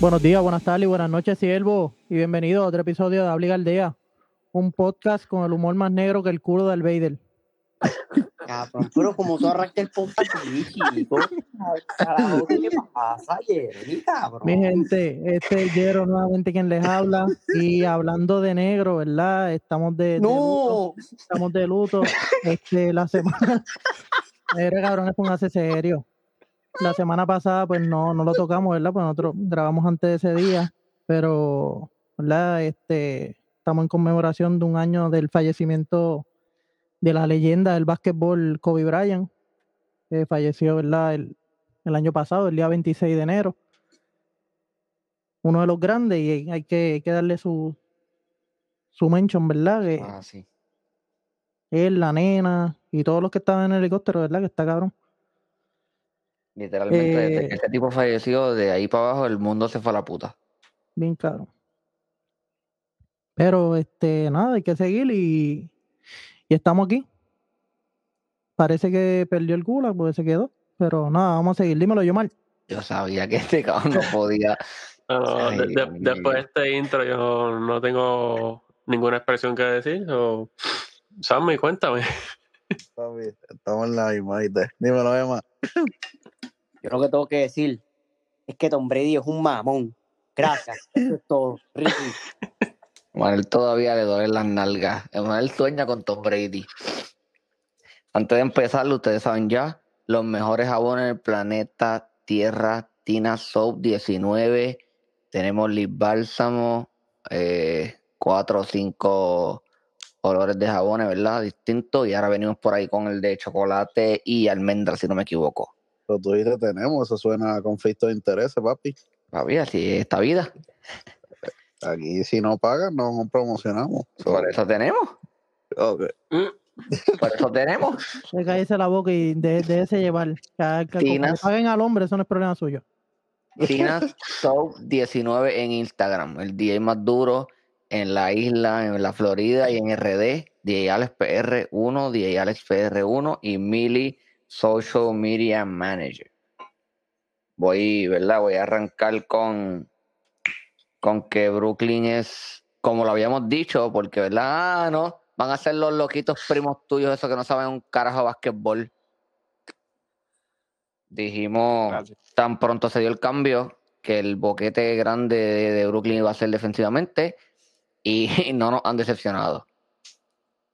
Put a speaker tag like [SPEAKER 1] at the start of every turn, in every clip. [SPEAKER 1] Buenos días, buenas tardes y buenas noches, siervo, y bienvenido a otro episodio de Obliga al Día, un podcast con el humor más negro que el culo del Vader.
[SPEAKER 2] Cabrón, pero como tú arrancaste el podcast, sí, chico. Carajo, ¿qué te pasa, Jeremy, cabrón?
[SPEAKER 1] Mi gente, este es Jero nuevamente quien les habla, y hablando de negro, ¿verdad? Estamos de, de luto,
[SPEAKER 2] ¡No!
[SPEAKER 1] estamos de luto, este, la semana... Era cabrón, es un hace serio. La semana pasada, pues no, no lo tocamos, ¿verdad? Pues nosotros grabamos antes de ese día, pero, ¿verdad? Este, estamos en conmemoración de un año del fallecimiento de la leyenda del básquetbol Kobe Bryant, que falleció, ¿verdad? El, el año pasado, el día 26 de enero. Uno de los grandes y hay que, hay que darle su, su mention, ¿verdad? Que,
[SPEAKER 2] Ah, sí.
[SPEAKER 1] él, la nena y todos los que estaban en el helicóptero, ¿verdad? Que está cabrón.
[SPEAKER 3] Literalmente,
[SPEAKER 1] Eh,
[SPEAKER 3] desde que este tipo falleció, de ahí para abajo el mundo se fue a la puta.
[SPEAKER 1] bien caro. Pero este, nada, hay que seguir y, y estamos aquí. Parece que perdió el culo, pues se quedó. Pero nada, vamos a seguir. Dímelo, yo mal.
[SPEAKER 3] Yo sabía que este cabrón no podía.
[SPEAKER 4] No, no,
[SPEAKER 3] Ay,
[SPEAKER 4] de-
[SPEAKER 3] Dios
[SPEAKER 4] de- después de
[SPEAKER 3] mío.
[SPEAKER 4] este intro yo no tengo ninguna expresión que decir. o Sammy, cuéntame.
[SPEAKER 5] Papi, estamos en la misma, ¿viste? Dímelo, Emma.
[SPEAKER 2] Yo lo que tengo que decir es que Tom Brady es un mamón. Gracias. Eso es todo. Ricky.
[SPEAKER 3] Manuel todavía le duelen las nalgas. Manuel sueña con Tom Brady. Antes de empezar, ustedes saben ya, los mejores jabones del planeta, Tierra, Tina Soap 19. Tenemos Lip Bálsamo, eh, cuatro o cinco olores de jabones, ¿verdad? Distintos. Y ahora venimos por ahí con el de chocolate y almendra, si no me equivoco.
[SPEAKER 5] Lo tuviste, tenemos. Eso suena a conflicto de intereses, papi.
[SPEAKER 3] Papi, así es esta vida.
[SPEAKER 5] Aquí, si no pagan, no promocionamos.
[SPEAKER 3] Por eso tenemos.
[SPEAKER 5] Ok.
[SPEAKER 3] Por eso tenemos.
[SPEAKER 1] Se cállese la boca y de, déjese llevar. Que- que como
[SPEAKER 3] Tinas.
[SPEAKER 1] paguen al hombre, eso no es problema suyo.
[SPEAKER 3] Tina Soap 19 en Instagram. El DJ más duro en la isla, en la Florida y en RD. DJ Alex PR1, DJ Alex PR1 y Mili Social Media Manager. Voy, ¿verdad? Voy a arrancar con, con que Brooklyn es, como lo habíamos dicho, porque, ¿verdad? Ah, no. Van a ser los loquitos primos tuyos, esos que no saben un carajo de básquetbol. Dijimos tan pronto se dio el cambio que el boquete grande de, de Brooklyn iba a ser defensivamente y no nos han decepcionado.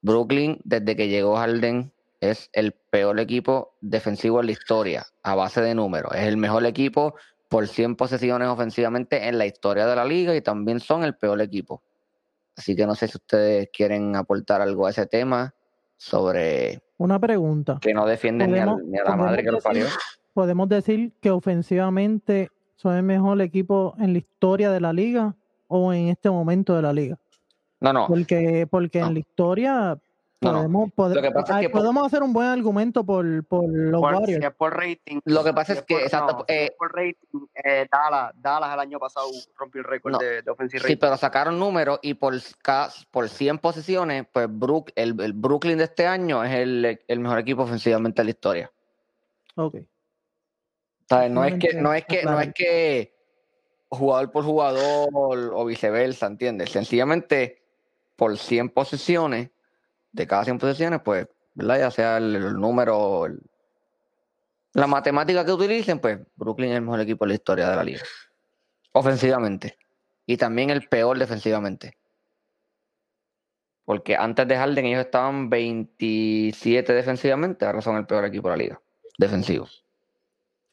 [SPEAKER 3] Brooklyn, desde que llegó Harden, es el peor equipo defensivo en la historia, a base de números. Es el mejor equipo por 100 posesiones ofensivamente en la historia de la liga y también son el peor equipo. Así que no sé si ustedes quieren aportar algo a ese tema sobre
[SPEAKER 1] Una pregunta.
[SPEAKER 3] que no defienden ni, al-
[SPEAKER 1] Podemos-
[SPEAKER 3] ni a la
[SPEAKER 1] podemos
[SPEAKER 3] madre que lo
[SPEAKER 1] decir-
[SPEAKER 3] parió.
[SPEAKER 1] Podemos decir que ofensivamente son el mejor equipo en la historia de la liga o en este momento de la liga.
[SPEAKER 3] No, no.
[SPEAKER 1] Porque, porque
[SPEAKER 3] Oh. No.
[SPEAKER 1] en la historia
[SPEAKER 3] No, no.
[SPEAKER 1] podemos, pode-
[SPEAKER 3] Lo que pasa es
[SPEAKER 1] ah,
[SPEAKER 3] que por-
[SPEAKER 1] podemos hacer un buen argumento por, por los
[SPEAKER 2] Por- si
[SPEAKER 1] Warriors.
[SPEAKER 2] es por rating.
[SPEAKER 3] Lo que pasa
[SPEAKER 2] si
[SPEAKER 3] es que,
[SPEAKER 2] por-
[SPEAKER 3] exacto,
[SPEAKER 2] no, si
[SPEAKER 3] eh,
[SPEAKER 2] es por rating, eh, Dallas, Dallas el año pasado rompió el récord
[SPEAKER 3] No.
[SPEAKER 2] de, de offensive
[SPEAKER 3] Sí,
[SPEAKER 2] rating.
[SPEAKER 3] pero sacaron números y por, ca- por 100 posiciones, pues Brook, el, el Brooklyn de este año es el, el mejor equipo ofensivamente de la historia.
[SPEAKER 1] Ok.
[SPEAKER 3] ¿Sabes? No es que, no es que, no
[SPEAKER 1] Claro.
[SPEAKER 3] es que jugador por jugador o viceversa, ¿entiendes? Sencillamente por 100 posiciones, de cada 100 posiciones, pues, ¿verdad? Ya sea el, el número, el- la matemática que utilicen, pues Brooklyn es el mejor equipo de la historia de la liga. Ofensivamente. Y también el peor defensivamente. Porque antes de Harden ellos estaban 27 defensivamente, ahora son el peor equipo de la liga. Defensivo.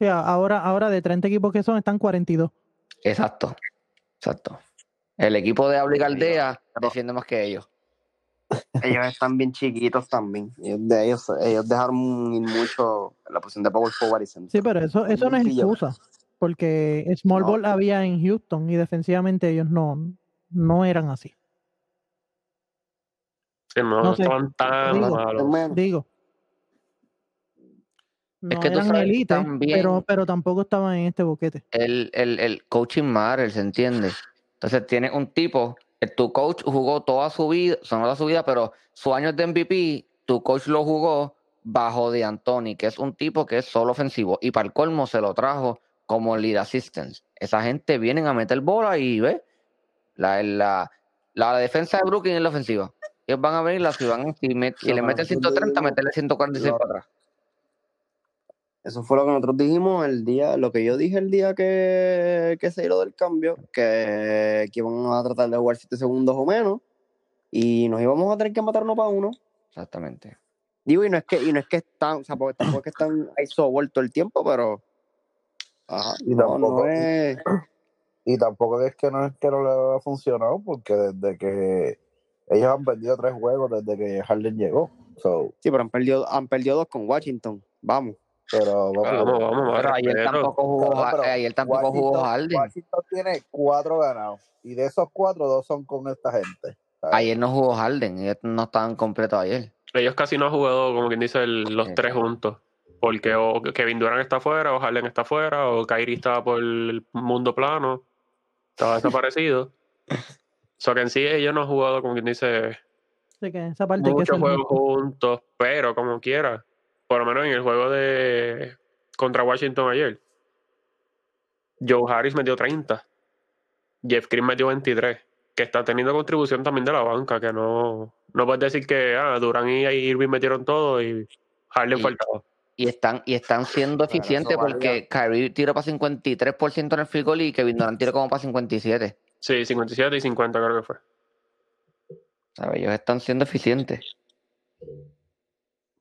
[SPEAKER 1] O sea, ahora, ahora de 30 equipos que son, están 42.
[SPEAKER 3] Exacto. Exacto. El equipo de Abliga Aldea defiende más que ellos.
[SPEAKER 2] Ellos están bien chiquitos también. Ellos, de- ellos, ellos dejaron ir mucho en la posición de Power Forward y center.
[SPEAKER 1] Sí, pero eso, eso no es
[SPEAKER 2] Sencillo.
[SPEAKER 1] excusa. Porque Small
[SPEAKER 2] No.
[SPEAKER 1] Ball había en Houston y defensivamente ellos no, no eran así.
[SPEAKER 4] Que no,
[SPEAKER 1] No sé.
[SPEAKER 4] estaban tan
[SPEAKER 1] Digo,
[SPEAKER 4] malos.
[SPEAKER 2] Hermano,
[SPEAKER 1] Digo. No
[SPEAKER 3] que tú
[SPEAKER 1] eran
[SPEAKER 3] sabes que
[SPEAKER 1] elite,
[SPEAKER 3] también-
[SPEAKER 1] pero, pero tampoco estaban en este boquete.
[SPEAKER 3] El, el, el coaching matters, ¿se entiende? Entonces tienes un tipo, eh, tu coach jugó toda su vida, o sea, no toda su vida, pero su año de MVP, tu coach lo jugó bajo de Anthony, que es un tipo que es solo ofensivo. Y para el colmo se lo trajo como lead assistance. Esa gente vienen a meter bola y ve la, la, la defensa de Brooklyn es la ofensiva. Ellos van a venir, la, si, van, si, met- si
[SPEAKER 2] Lo
[SPEAKER 3] le
[SPEAKER 2] que
[SPEAKER 3] meten
[SPEAKER 2] nosotros
[SPEAKER 3] 130,
[SPEAKER 2] dijimos-
[SPEAKER 3] meterle 146
[SPEAKER 2] lo-
[SPEAKER 3] para atrás.
[SPEAKER 2] Eso fue lo que nosotros dijimos el día, lo que yo dije el día que, que se hizo del cambio, que, que íbamos a tratar de jugar 7 segundos o menos y nos íbamos a tener que matar uno para uno.
[SPEAKER 3] Exactamente.
[SPEAKER 2] Digo, y no es que, y no es que están, o sea, porque tampoco es que están ahí sobol todo el tiempo, pero ajá,
[SPEAKER 5] Y
[SPEAKER 2] no,
[SPEAKER 5] tampoco-
[SPEAKER 2] no es.
[SPEAKER 5] Y tampoco es que no es que no le ha funcionado, porque desde que ellos han perdido tres juegos desde que Harden llegó. So,
[SPEAKER 2] Sí, pero han perdido, han perdido dos con Washington. Vamos.
[SPEAKER 5] pero papi,
[SPEAKER 4] Vamos, vamos, más
[SPEAKER 3] Pero ayer
[SPEAKER 4] respeto.
[SPEAKER 3] tampoco jugó,
[SPEAKER 5] Claro,
[SPEAKER 3] Ja-
[SPEAKER 5] pero
[SPEAKER 3] eh, ayer tampoco jugó
[SPEAKER 5] Washington-
[SPEAKER 3] Harden.
[SPEAKER 5] Washington tiene cuatro ganados. Y de esos cuatro, dos son con esta gente. ¿sabes?
[SPEAKER 3] Ayer no jugó Harden, ellos no estaban completos ayer.
[SPEAKER 4] Ellos casi no han jugado, como quien dice, el- los
[SPEAKER 3] Exacto.
[SPEAKER 4] tres juntos. Porque o Kevin Durant está afuera, o Harden está afuera, o Kyrie estaba por el mundo plano, estaba desaparecido. O sea que en sí ellos no han jugado, como quien dice,
[SPEAKER 1] Así que esa parte hay que
[SPEAKER 4] muchos
[SPEAKER 1] ser
[SPEAKER 4] juegos
[SPEAKER 1] justo.
[SPEAKER 4] juntos, pero como quiera. Por lo menos en el juego de contra Washington ayer, Joe Harris metió 30, Jeff Green metió 23, que está teniendo contribución también de la banca, que no, no puedes decir que ah, Durant y Irving metieron todo y Harden
[SPEAKER 3] Y-
[SPEAKER 4] faltaba.
[SPEAKER 3] Y están, y están siendo
[SPEAKER 2] Pero eso
[SPEAKER 3] eficientes
[SPEAKER 2] varía.
[SPEAKER 3] porque Kyrie tira para 53% en el field goal y Kevin Durant tira como para 57.
[SPEAKER 4] Sí, 57 y 50 creo que fue.
[SPEAKER 3] ¿Sabes? Ellos están siendo eficientes.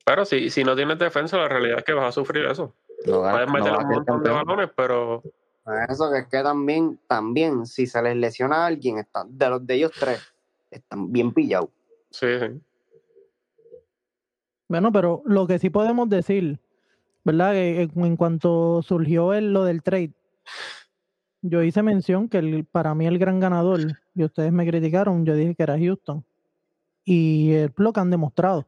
[SPEAKER 4] Pero si, si no tienes defensa, la realidad es que vas a sufrir eso.
[SPEAKER 3] No ganan-
[SPEAKER 4] Puedes
[SPEAKER 3] Ah, no
[SPEAKER 4] meter
[SPEAKER 3] van a
[SPEAKER 4] un
[SPEAKER 3] ser
[SPEAKER 4] montón de
[SPEAKER 3] campeones.
[SPEAKER 4] balones, pero
[SPEAKER 2] Eso que es que también, también, si se les lesiona a alguien, están, de los de ellos tres, están bien pillados.
[SPEAKER 4] sí, sí.
[SPEAKER 1] Bueno, pero lo que sí podemos decir, ¿verdad? Que en, en cuanto surgió el- lo del trade, yo hice mención que el, para mí el gran ganador, y ustedes me criticaron, yo dije que era Houston. Y es lo que han demostrado.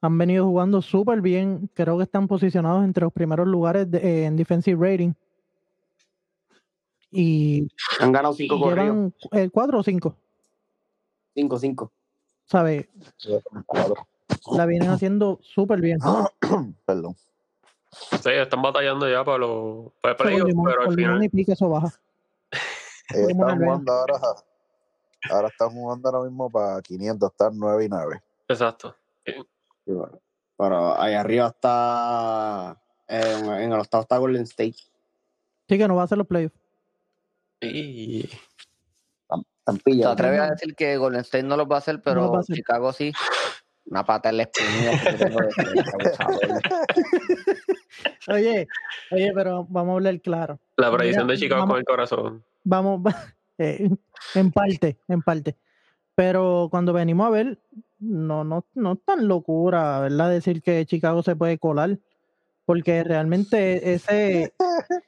[SPEAKER 1] Han venido jugando súper bien. Creo que están posicionados entre los primeros lugares de- eh, en defensive rating. Y
[SPEAKER 2] Han ganado cinco corridos.
[SPEAKER 1] llevan eh, cuatro o cinco,
[SPEAKER 2] Cinco, cinco.
[SPEAKER 1] ¿sabes?
[SPEAKER 5] Cuatro.
[SPEAKER 1] La vienen
[SPEAKER 2] Oh.
[SPEAKER 1] haciendo súper bien.
[SPEAKER 2] Ah.
[SPEAKER 5] Perdón.
[SPEAKER 4] Sí, están batallando ya para los para el
[SPEAKER 1] Eso con
[SPEAKER 4] playoff,
[SPEAKER 1] limón,
[SPEAKER 4] pero al
[SPEAKER 1] con limón
[SPEAKER 4] final.
[SPEAKER 1] y pique eso baja.
[SPEAKER 5] Ellos
[SPEAKER 1] Como una alberga.
[SPEAKER 5] están Eh, jugando ahora. Ahora están jugando ahora mismo para 500, están 9 y 9.
[SPEAKER 4] Exacto.
[SPEAKER 2] Sí, bueno. Pero ahí arriba está. eh, en, en el octavo está Golden State.
[SPEAKER 1] Sí que no va a hacer los playoffs.
[SPEAKER 4] Y
[SPEAKER 5] Están
[SPEAKER 3] Se
[SPEAKER 5] pillados.
[SPEAKER 3] atreve a
[SPEAKER 1] no.
[SPEAKER 3] decir que Golden State no los va a hacer, pero
[SPEAKER 1] los va a hacer.
[SPEAKER 3] Chicago sí. Una pata en la espinilla. que tengo de frente, abusador.
[SPEAKER 1] Oye, oye, pero vamos a hablar claro.
[SPEAKER 4] la
[SPEAKER 1] Mira,
[SPEAKER 4] predicción de Chicago
[SPEAKER 1] vamos-
[SPEAKER 4] con el corazón.
[SPEAKER 1] vamos, eh, en parte, en parte. Pero cuando venimos a ver, no, no, no es tan locura, ¿verdad? Decir que Chicago se puede colar, porque realmente ese,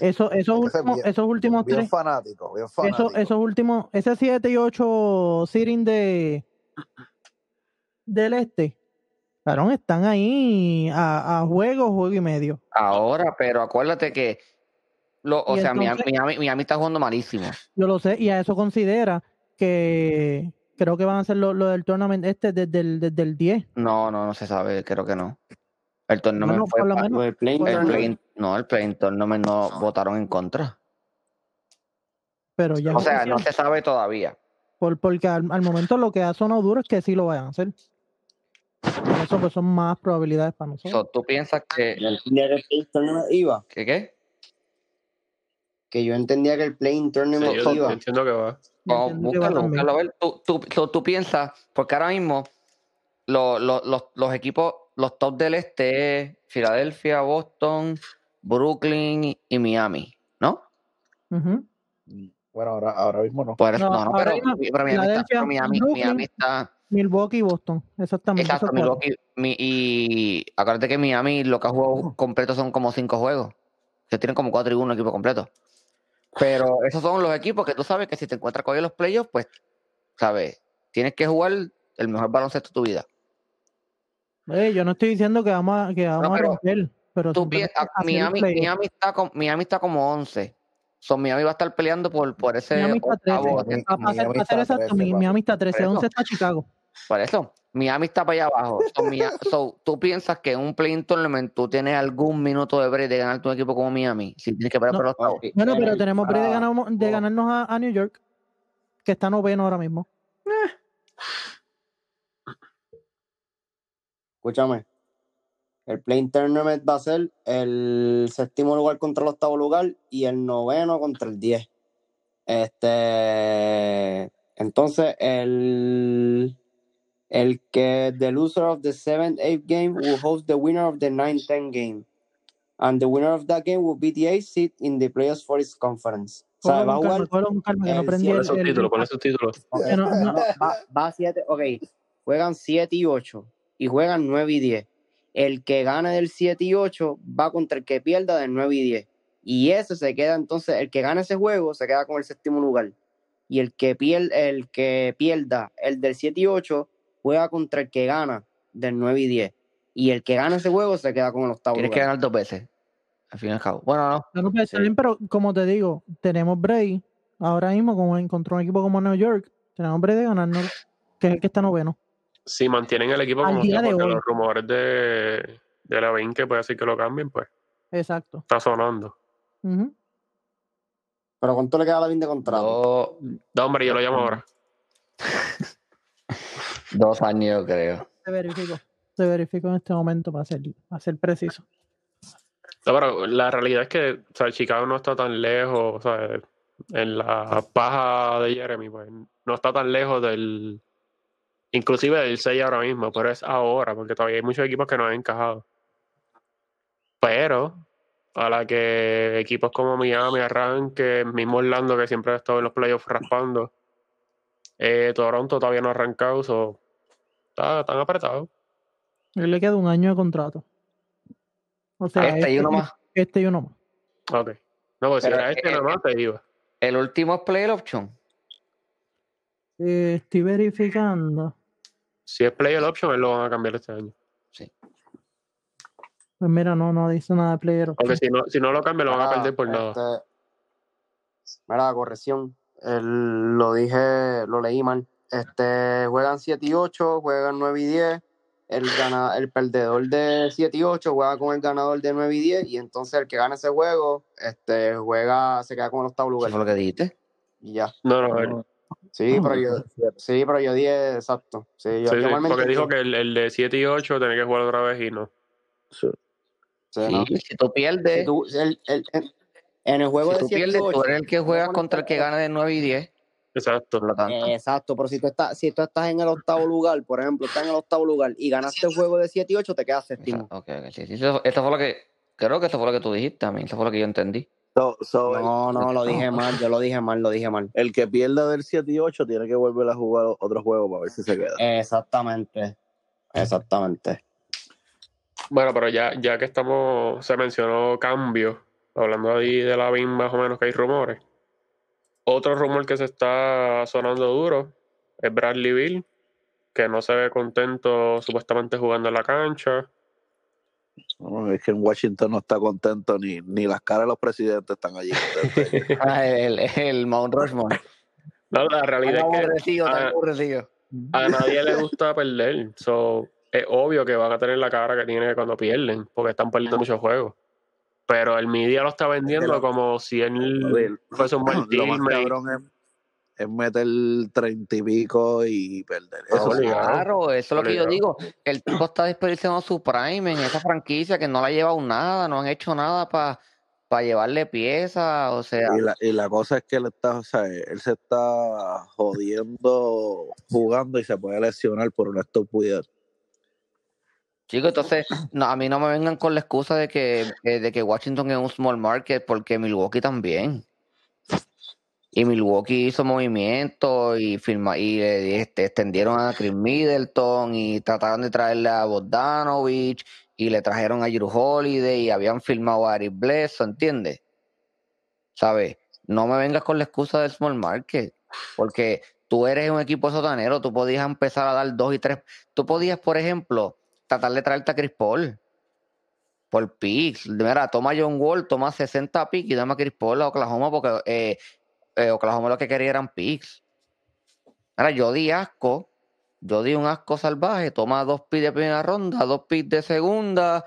[SPEAKER 1] eso, esos,
[SPEAKER 5] Hay que ser
[SPEAKER 1] últimos,
[SPEAKER 5] bien-
[SPEAKER 1] esos últimos
[SPEAKER 5] Bien
[SPEAKER 1] tres,
[SPEAKER 5] fanático, bien fanático.
[SPEAKER 1] esos, esos últimos, ese 7 y 8 sitting de del este, claro, están ahí a, a juego, juego y medio.
[SPEAKER 3] Ahora, pero acuérdate que. lo- o
[SPEAKER 1] Y
[SPEAKER 3] sea, Miami,
[SPEAKER 1] entonces-
[SPEAKER 3] Miami- Miami está jugando malísimo.
[SPEAKER 1] Yo lo sé, y a eso considera que creo que van a hacer lo, lo del tournament este desde el, desde el 10.
[SPEAKER 3] No, no, no se sabe, creo que no. El torneo
[SPEAKER 1] Bueno,
[SPEAKER 3] fue
[SPEAKER 1] por lo
[SPEAKER 3] pa-
[SPEAKER 1] menos.
[SPEAKER 2] Lo del Play
[SPEAKER 1] por lo
[SPEAKER 3] El
[SPEAKER 1] menos.
[SPEAKER 3] play, no, el play tournament no votaron en contra.
[SPEAKER 1] pero ya es
[SPEAKER 3] O sea, no
[SPEAKER 1] oficial.
[SPEAKER 3] se sabe todavía.
[SPEAKER 1] Por- porque al, al momento lo que ha sonado duro es que sí lo vayan a hacer. Por eso pues son más probabilidades para nosotros.
[SPEAKER 3] So, ¿Tú piensas que,
[SPEAKER 2] Yo entendía que el Play Tournament iba.
[SPEAKER 3] que qué?
[SPEAKER 2] Que yo entendía que el Play
[SPEAKER 4] Sí,
[SPEAKER 2] Tournament
[SPEAKER 4] yo, yo
[SPEAKER 2] iba.
[SPEAKER 4] entiendo que va.
[SPEAKER 1] Yo
[SPEAKER 3] Oh,
[SPEAKER 1] entiendo que va
[SPEAKER 3] búscalo,
[SPEAKER 1] también.
[SPEAKER 3] búscalo, a ver. Tú, tú, so, tú piensas, porque ahora mismo lo- lo- los, los equipos, los top del este es Filadelfia, Boston, Brooklyn y Miami, ¿no?
[SPEAKER 1] Ujú.
[SPEAKER 5] Mm, Bueno, ahora, ahora mismo no.
[SPEAKER 3] Por eso-
[SPEAKER 1] No,
[SPEAKER 3] Pues no, no,
[SPEAKER 1] ahora
[SPEAKER 3] pero,
[SPEAKER 1] mismo
[SPEAKER 3] pero Miami está, pero
[SPEAKER 1] Filadelfia,
[SPEAKER 3] Miami,
[SPEAKER 1] Brooklyn.
[SPEAKER 3] Miami está.
[SPEAKER 1] Milwaukee y Boston, exactamente.
[SPEAKER 3] Exacto,
[SPEAKER 1] esos cuatro.
[SPEAKER 3] Milwaukee. mi- y acuérdate que Miami lo que ha jugado completo son como cinco juegos. Que tienen como cuatro y uno equipo completo. Pero esos son los equipos que tú sabes que si te encuentras con ellos en los playoffs, pues, sabes, tienes que jugar el mejor baloncesto de tu vida.
[SPEAKER 1] Eh, yo no estoy diciendo que vamos a, que vamos a
[SPEAKER 3] pero
[SPEAKER 1] romper, pero
[SPEAKER 3] Tú
[SPEAKER 1] simplemente
[SPEAKER 3] piensas, ah,
[SPEAKER 1] hacer el
[SPEAKER 3] Miami,
[SPEAKER 1] playoff.
[SPEAKER 3] Miami, está como, Miami está como 11. Son Miami va a estar peleando por, por ese
[SPEAKER 1] Miami está 13.
[SPEAKER 3] octavo.
[SPEAKER 5] Miami-
[SPEAKER 1] Pa- pa-
[SPEAKER 5] Miami
[SPEAKER 1] pa- ser
[SPEAKER 5] está
[SPEAKER 1] exacto,
[SPEAKER 5] 13,
[SPEAKER 1] mi,
[SPEAKER 5] papi.
[SPEAKER 1] Miami está
[SPEAKER 3] Por
[SPEAKER 1] 13,
[SPEAKER 3] eso.
[SPEAKER 1] 11 está Chicago.
[SPEAKER 3] Por eso. Miami está para allá abajo. So, Mia- so, ¿Tú piensas que en un play-in tournament tú tienes algún minuto de break de ganar tu equipo como Miami? Si tienes que parar
[SPEAKER 1] No.
[SPEAKER 3] por los octavos.
[SPEAKER 1] Bueno,
[SPEAKER 2] Eh,
[SPEAKER 1] pero tenemos break de,
[SPEAKER 5] Ah,
[SPEAKER 1] ganamo- de
[SPEAKER 5] oh.
[SPEAKER 1] ganarnos a, a New York, que está noveno ahora mismo.
[SPEAKER 2] Escúchame. El Plain Tournament va a ser el séptimo lugar contra el octavo lugar y el noveno contra el diez. Este. Entonces, el. El que. The loser of the seventh, eighth game will host the winner of the ninth, ten game. And the winner of that game will be the eighth seed in the playoffs for its conference. O sea,
[SPEAKER 1] Cógelo
[SPEAKER 2] va a
[SPEAKER 1] con calma,
[SPEAKER 2] jugar
[SPEAKER 1] cógelo con calma, que no
[SPEAKER 2] el
[SPEAKER 1] prendí el-
[SPEAKER 2] cierre
[SPEAKER 4] Ponle sus
[SPEAKER 1] el-
[SPEAKER 4] títulos, ponle sus títulos.
[SPEAKER 2] Ok,
[SPEAKER 1] Que no-
[SPEAKER 2] no,
[SPEAKER 1] no.
[SPEAKER 2] va, va 7, ok. Juegan 7 y 8 y juegan 9 y 10. El que gane del 7 y 8 va contra el que pierda del 9 y 10. Y eso se queda entonces, el que gane ese juego se queda con el séptimo lugar. Y el que, pier- el que pierda el del 7 y 8 juega contra el que gana del 9 y 10. Y el que gane ese juego se queda con el octavo
[SPEAKER 3] Tienes que
[SPEAKER 2] lugar.
[SPEAKER 3] ganar dos veces. Al fin y al cabo. Bueno, no.
[SPEAKER 1] No, no, pero está
[SPEAKER 3] Sí.
[SPEAKER 1] bien, pero como te digo, tenemos break ahora mismo, como encontró un equipo como New York, tenemos break de ganarnos, que es el que está noveno.
[SPEAKER 4] Si mantienen el equipo
[SPEAKER 1] Al
[SPEAKER 4] como
[SPEAKER 1] día
[SPEAKER 4] sea,
[SPEAKER 1] de
[SPEAKER 4] porque
[SPEAKER 1] hoy.
[SPEAKER 4] los rumores de, de la 20 que puede ser que lo cambien, pues
[SPEAKER 1] Exacto.
[SPEAKER 4] está sonando.
[SPEAKER 1] Ujú.
[SPEAKER 2] Pero ¿cuánto le queda a la 20 de contrato?
[SPEAKER 3] Dos,
[SPEAKER 4] Da, hombre, yo lo llamo ahora.
[SPEAKER 3] dos años, yo creo.
[SPEAKER 1] Se verificó. Se verificó en este momento para ser, para ser preciso.
[SPEAKER 4] No, pero la realidad es que o sea, Chicago no está tan lejos, o sea, en la paja de Jeremy, pues, no está tan lejos del, inclusive del 6 ahora mismo, pero es ahora, porque todavía hay muchos equipos que no han encajado. Pero a la que equipos como Miami arranque, mismo Orlando que siempre ha estado en los playoffs raspando, eh, Toronto todavía no ha arrancado, so, está tan apretado.
[SPEAKER 1] Él le queda un año de contrato. O sea,
[SPEAKER 3] Este y uno más.
[SPEAKER 1] Este y uno más.
[SPEAKER 4] Ok. No, pues si
[SPEAKER 3] Pero,
[SPEAKER 4] era este
[SPEAKER 3] eh,
[SPEAKER 4] nada más te iba.
[SPEAKER 3] El último es player option.
[SPEAKER 1] Eh, estoy verificando.
[SPEAKER 4] Si es player option, él lo van a cambiar este año.
[SPEAKER 1] Pues mira, no, no dice nada de player. option.
[SPEAKER 4] Porque si no, si no lo cambian, lo van a
[SPEAKER 2] Mira,
[SPEAKER 4] perder por nada.
[SPEAKER 2] este, Mira, corrección. el- lo dije, lo leí mal. Este, juegan 7 y 8, juegan 9 y 10. El, gana, el perdedor de 7 y 8 juega con el ganador de 9 y 10. Y entonces el que gana ese juego, este, juega, se queda con el octavo
[SPEAKER 3] Eso
[SPEAKER 2] lugar.
[SPEAKER 3] fue lo que dijiste.
[SPEAKER 2] Y ya.
[SPEAKER 4] No, no, él-
[SPEAKER 2] Sí,
[SPEAKER 3] Ah,
[SPEAKER 2] pero yo, sí, pero yo dije exacto. Sí, yo,
[SPEAKER 4] sí,
[SPEAKER 2] yo
[SPEAKER 4] sí,
[SPEAKER 2] mal me
[SPEAKER 4] porque
[SPEAKER 2] entendí.
[SPEAKER 4] dijo que el, el de 7 y 8 tenía que jugar otra vez y no.
[SPEAKER 2] Sí,
[SPEAKER 3] Sí,
[SPEAKER 2] ¿no?
[SPEAKER 3] si tú pierdes,
[SPEAKER 2] Si tú- el- el- en, en el juego
[SPEAKER 3] si
[SPEAKER 2] de
[SPEAKER 3] tú
[SPEAKER 2] 7 y
[SPEAKER 3] pierdes, tú
[SPEAKER 2] 8.
[SPEAKER 3] eres el que
[SPEAKER 2] tú le
[SPEAKER 3] juega
[SPEAKER 2] pones
[SPEAKER 3] contra el que
[SPEAKER 2] tres-
[SPEAKER 3] gana de 9 y 10.
[SPEAKER 4] Exacto.
[SPEAKER 3] Por lo tanto,
[SPEAKER 2] Exacto, pero si tú estás, si tú estás en el octavo lugar, por ejemplo, estás en el octavo lugar y ganaste el juego de 7 y 8, te quedas
[SPEAKER 3] esa-
[SPEAKER 2] séptimo.
[SPEAKER 3] ok, ok, sí, sí, eso, eso fue lo que. Creo que eso fue lo que tú dijiste a mí. Eso fue lo que yo entendí.
[SPEAKER 5] So, so el,
[SPEAKER 2] No, no, lo dije mal, yo lo dije mal, lo dije mal.
[SPEAKER 5] el que pierda del 7 y 8 tiene que volver a jugar otro juego para ver si se queda.
[SPEAKER 2] Exactamente, exactamente.
[SPEAKER 4] Bueno, pero ya, ya que estamos, se mencionó cambio, hablando ahí de la BIM más o menos que hay rumores. Otro rumor que se está sonando duro es Bradley Bill, que no se ve contento supuestamente jugando en la cancha.
[SPEAKER 5] No, Es que en Washington no está contento ni, ni las caras de los presidentes están allí. contentos.
[SPEAKER 3] Ah, el, el Mount Rushmore.
[SPEAKER 4] No, la
[SPEAKER 3] Tan
[SPEAKER 4] realidad es que
[SPEAKER 3] aborrecido, tan
[SPEAKER 4] ah.
[SPEAKER 3] aborrecido.
[SPEAKER 4] a nadie le gusta perder. So, es obvio que van a tener la cara que tienen cuando pierden, porque están perdiendo muchos juegos. Pero el media lo está vendiendo
[SPEAKER 5] De lo-
[SPEAKER 4] como si él
[SPEAKER 5] Oye,
[SPEAKER 4] fuese un buen
[SPEAKER 5] Lo más
[SPEAKER 4] teammate.
[SPEAKER 5] cabrón es, es meter 30 y pico y perder.
[SPEAKER 4] Ah,
[SPEAKER 5] Eso sí.
[SPEAKER 4] obligado,
[SPEAKER 3] Claro, eso es lo que yo
[SPEAKER 4] obligado.
[SPEAKER 3] digo. El tipo está desperdiciando su prime en esa franquicia que no la ha llevado nada, no han hecho nada para llevarle piezas, o sea,
[SPEAKER 5] Y la, y la cosa es que él está, o sea, eh, él se está jodiendo jugando y se puede lesionar por una estupidez.
[SPEAKER 3] chicos, entonces no, a mí no me vengan con la excusa de que, eh, de que Washington es un small market porque Milwaukee también. Y Milwaukee hizo movimientos y firma, y eh, este, extendieron a Chris Middleton y trataron de traerle a Bogdanovich y le trajeron a Jrue Holiday y habían firmado a Ari Bledsoe, ¿entiendes? ¿Sabes? No me vengas con la excusa del small market, porque tú eres un equipo sotanero, tú podías empezar a dar dos y tres. Tú podías, por ejemplo, tratar de traerte a Chris Paul por picks. Mira, toma John Wall, toma 60 picks y dame a Chris Paul a Oklahoma, porque eh, eh, Oklahoma lo que quería eran picks. Mira, yo di asco Yo di un asco salvaje, toma dos picks de primera ronda, dos picks de segunda,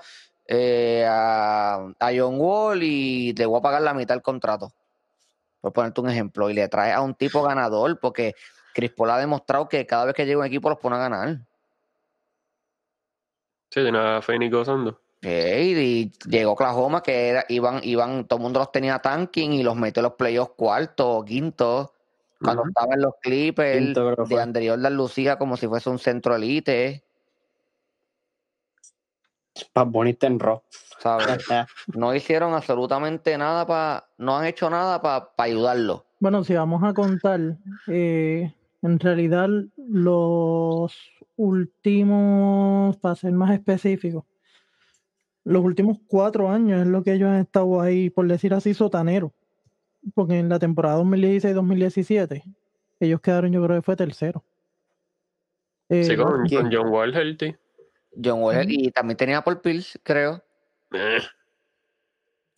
[SPEAKER 3] eh, a, a John Wall y le voy a pagar la mitad del contrato. Por ponerte un ejemplo, y le traes a un tipo ganador, porque Chris Paul ha demostrado que cada vez que llega un equipo los pone a ganar.
[SPEAKER 4] Sí, tiene a Phoenix gozando.
[SPEAKER 3] Sí, y llegó Oklahoma, que era, iban, iban, todo el mundo los tenía tanking y los metió en los playoffs cuarto o quinto. Cuando
[SPEAKER 4] Ujú.
[SPEAKER 3] estaba en los Clippers,
[SPEAKER 2] Quinto creo que
[SPEAKER 3] de
[SPEAKER 2] fue.
[SPEAKER 3] anterior las lucía como si fuese un centro elite,
[SPEAKER 2] Bad Bunny está en rock.
[SPEAKER 3] ¿sabes? No hicieron absolutamente nada para, no han hecho nada para ayudarlo.
[SPEAKER 1] Bueno, si vamos a contar, eh, en realidad los últimos, para ser más específicos, los últimos cuatro años es lo que ellos han estado ahí, por decir así, sotanero. Porque en la temporada 2016-2017, ellos quedaron, yo creo que fue tercero. Eh,
[SPEAKER 4] Sí, con,
[SPEAKER 2] ¿quién?
[SPEAKER 4] con John Wall healthy.
[SPEAKER 3] John Wall,
[SPEAKER 1] Ujú.
[SPEAKER 3] y también tenía por Pierce, creo.
[SPEAKER 4] Eh,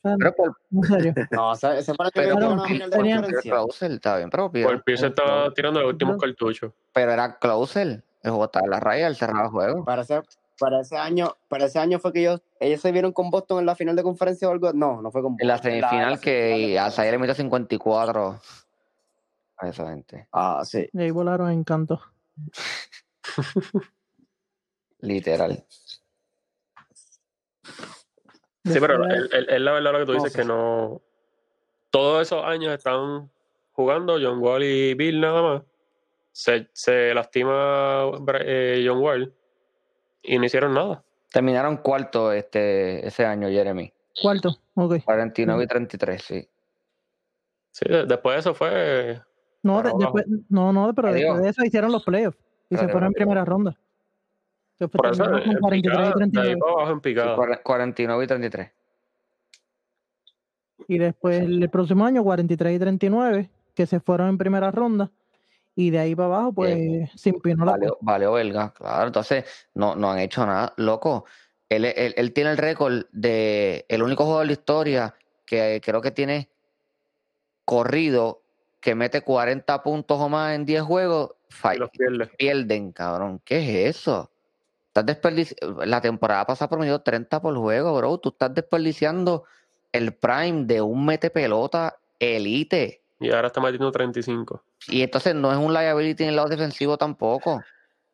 [SPEAKER 1] o sea,
[SPEAKER 3] Pero por
[SPEAKER 1] en serio.
[SPEAKER 2] No, ese ese fue el que
[SPEAKER 3] pero
[SPEAKER 2] perdió
[SPEAKER 1] claro,
[SPEAKER 2] una final de
[SPEAKER 1] tenían-
[SPEAKER 3] Pero
[SPEAKER 2] conferencia.
[SPEAKER 3] Closer, está bien, pero
[SPEAKER 4] Paul
[SPEAKER 3] pero-
[SPEAKER 4] Pierce estaba tirando los últimos
[SPEAKER 1] Yo-
[SPEAKER 4] cartuchos.
[SPEAKER 3] pero era Closer, el J la raya, el cerrado del juego.
[SPEAKER 2] Para ese, para ese año, para ese año fue que ellos, ellos se vieron con Boston en la final de conferencia o algo. No, no fue con Boston.
[SPEAKER 3] En la
[SPEAKER 2] en la- en la
[SPEAKER 3] semifinal
[SPEAKER 2] semifinal de
[SPEAKER 3] que Alzair le
[SPEAKER 2] conferencia.
[SPEAKER 3] metió 54 a esa gente.
[SPEAKER 2] Ah, sí.
[SPEAKER 1] Y ahí volaron encantos.
[SPEAKER 3] Literal.
[SPEAKER 4] Sí, pero
[SPEAKER 1] Después-
[SPEAKER 4] él, él- él la verdad lo que tú
[SPEAKER 2] No
[SPEAKER 4] dices
[SPEAKER 2] sé.
[SPEAKER 4] que no. Todos esos años están jugando John Wall y Bill nada más. Se, se lastima Bra- eh, John Wall y no hicieron nada.
[SPEAKER 3] Terminaron cuarto este ese año, Jeremy.
[SPEAKER 1] Cuarto, ok.
[SPEAKER 3] 49 y 33, sí.
[SPEAKER 4] Sí, de- después de eso fue.
[SPEAKER 1] No,
[SPEAKER 4] Para
[SPEAKER 1] de-
[SPEAKER 4] abajo.
[SPEAKER 1] después, no, no, pero
[SPEAKER 3] Adiós.
[SPEAKER 1] después de eso hicieron los playoffs y se
[SPEAKER 3] Espérate,
[SPEAKER 1] fueron en
[SPEAKER 3] espérate.
[SPEAKER 1] primera ronda. Después
[SPEAKER 4] Por eso,
[SPEAKER 1] Pues terminaron con
[SPEAKER 4] en
[SPEAKER 1] 43 y
[SPEAKER 4] picada, de ahí
[SPEAKER 1] 39.
[SPEAKER 4] para abajo en
[SPEAKER 3] Sí,
[SPEAKER 4] picada.
[SPEAKER 3] cuar- 49 y 33.
[SPEAKER 1] Y después el próximo año 43 y 39, que se fueron en primera ronda. Y de ahí para abajo, pues se impinó la
[SPEAKER 3] Valió, valió belga, claro. Entonces, no, no han hecho nada. Loco, él, es- él- él tiene el récord de el único jugador de la historia que creo que tiene corrido que mete 40 puntos o más en 10 juegos.
[SPEAKER 4] Y
[SPEAKER 3] fall-
[SPEAKER 4] los pierde.
[SPEAKER 3] pierden, cabrón. ¿Qué es eso? Estás desperdiciando. La temporada pasada promedió 30 por juego, bro. Tú estás desperdiciando el prime de un mete pelota elite.
[SPEAKER 4] Y ahora está metiendo 35.
[SPEAKER 3] Y entonces no es un liability en el lado defensivo tampoco.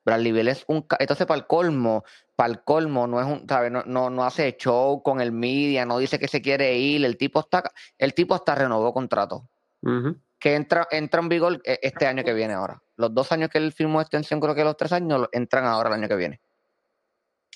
[SPEAKER 3] Bradley Beal es un... ca- Entonces, para el colmo, para el colmo, no es un... ¿sabes? No, no, no hace show con el media, no dice que se quiere ir. El tipo está... El tipo hasta renovó contrato.
[SPEAKER 4] Ujú.
[SPEAKER 3] Que entra, entra en vigor eh, este año que viene ahora. Los dos años que él firmó extensión, creo que los tres años, lo- entran ahora el año que viene.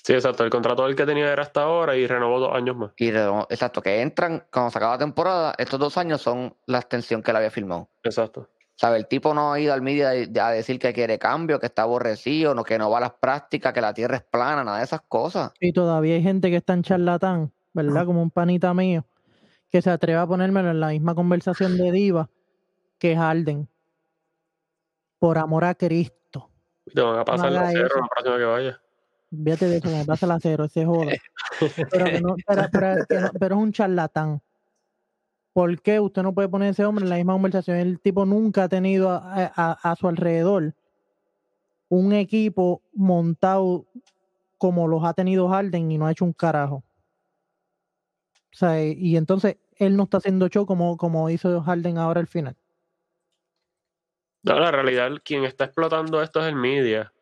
[SPEAKER 4] Sí, exacto. El contrato del que tenía era hasta ahora y renovó dos años más.
[SPEAKER 3] Y renovó- exacto, que entran cuando se acaba la temporada, estos dos años son la extensión que él había firmado.
[SPEAKER 4] Exacto.
[SPEAKER 3] ¿Sabe? El tipo no ha ido al media de- a decir que quiere cambio, que está aborrecido, no, que no va a las prácticas, que la tierra es plana, nada de esas cosas.
[SPEAKER 1] Y todavía hay gente que está en charlatán, ¿verdad? Como un panita mío, que se atreve a ponérmelo en la misma conversación de Diva, que es Harden. Por amor a Cristo.
[SPEAKER 4] Y Te van a pasar
[SPEAKER 1] haga
[SPEAKER 4] la cero
[SPEAKER 1] eso.
[SPEAKER 4] la próxima que vaya.
[SPEAKER 1] Fíjate de eso, que me pasa el acero, ese joda. Pero, que no, pero, pero que no- pero es un charlatán. ¿Por qué usted no puede poner a ese hombre en la misma conversación? El tipo nunca ha tenido a, a- a- a su alrededor un equipo montado como los ha tenido Harden y no ha hecho un carajo. O sea, y- y entonces él no está haciendo show como, como hizo Harden ahora al final.
[SPEAKER 4] No, la realidad, quien está explotando esto es el media.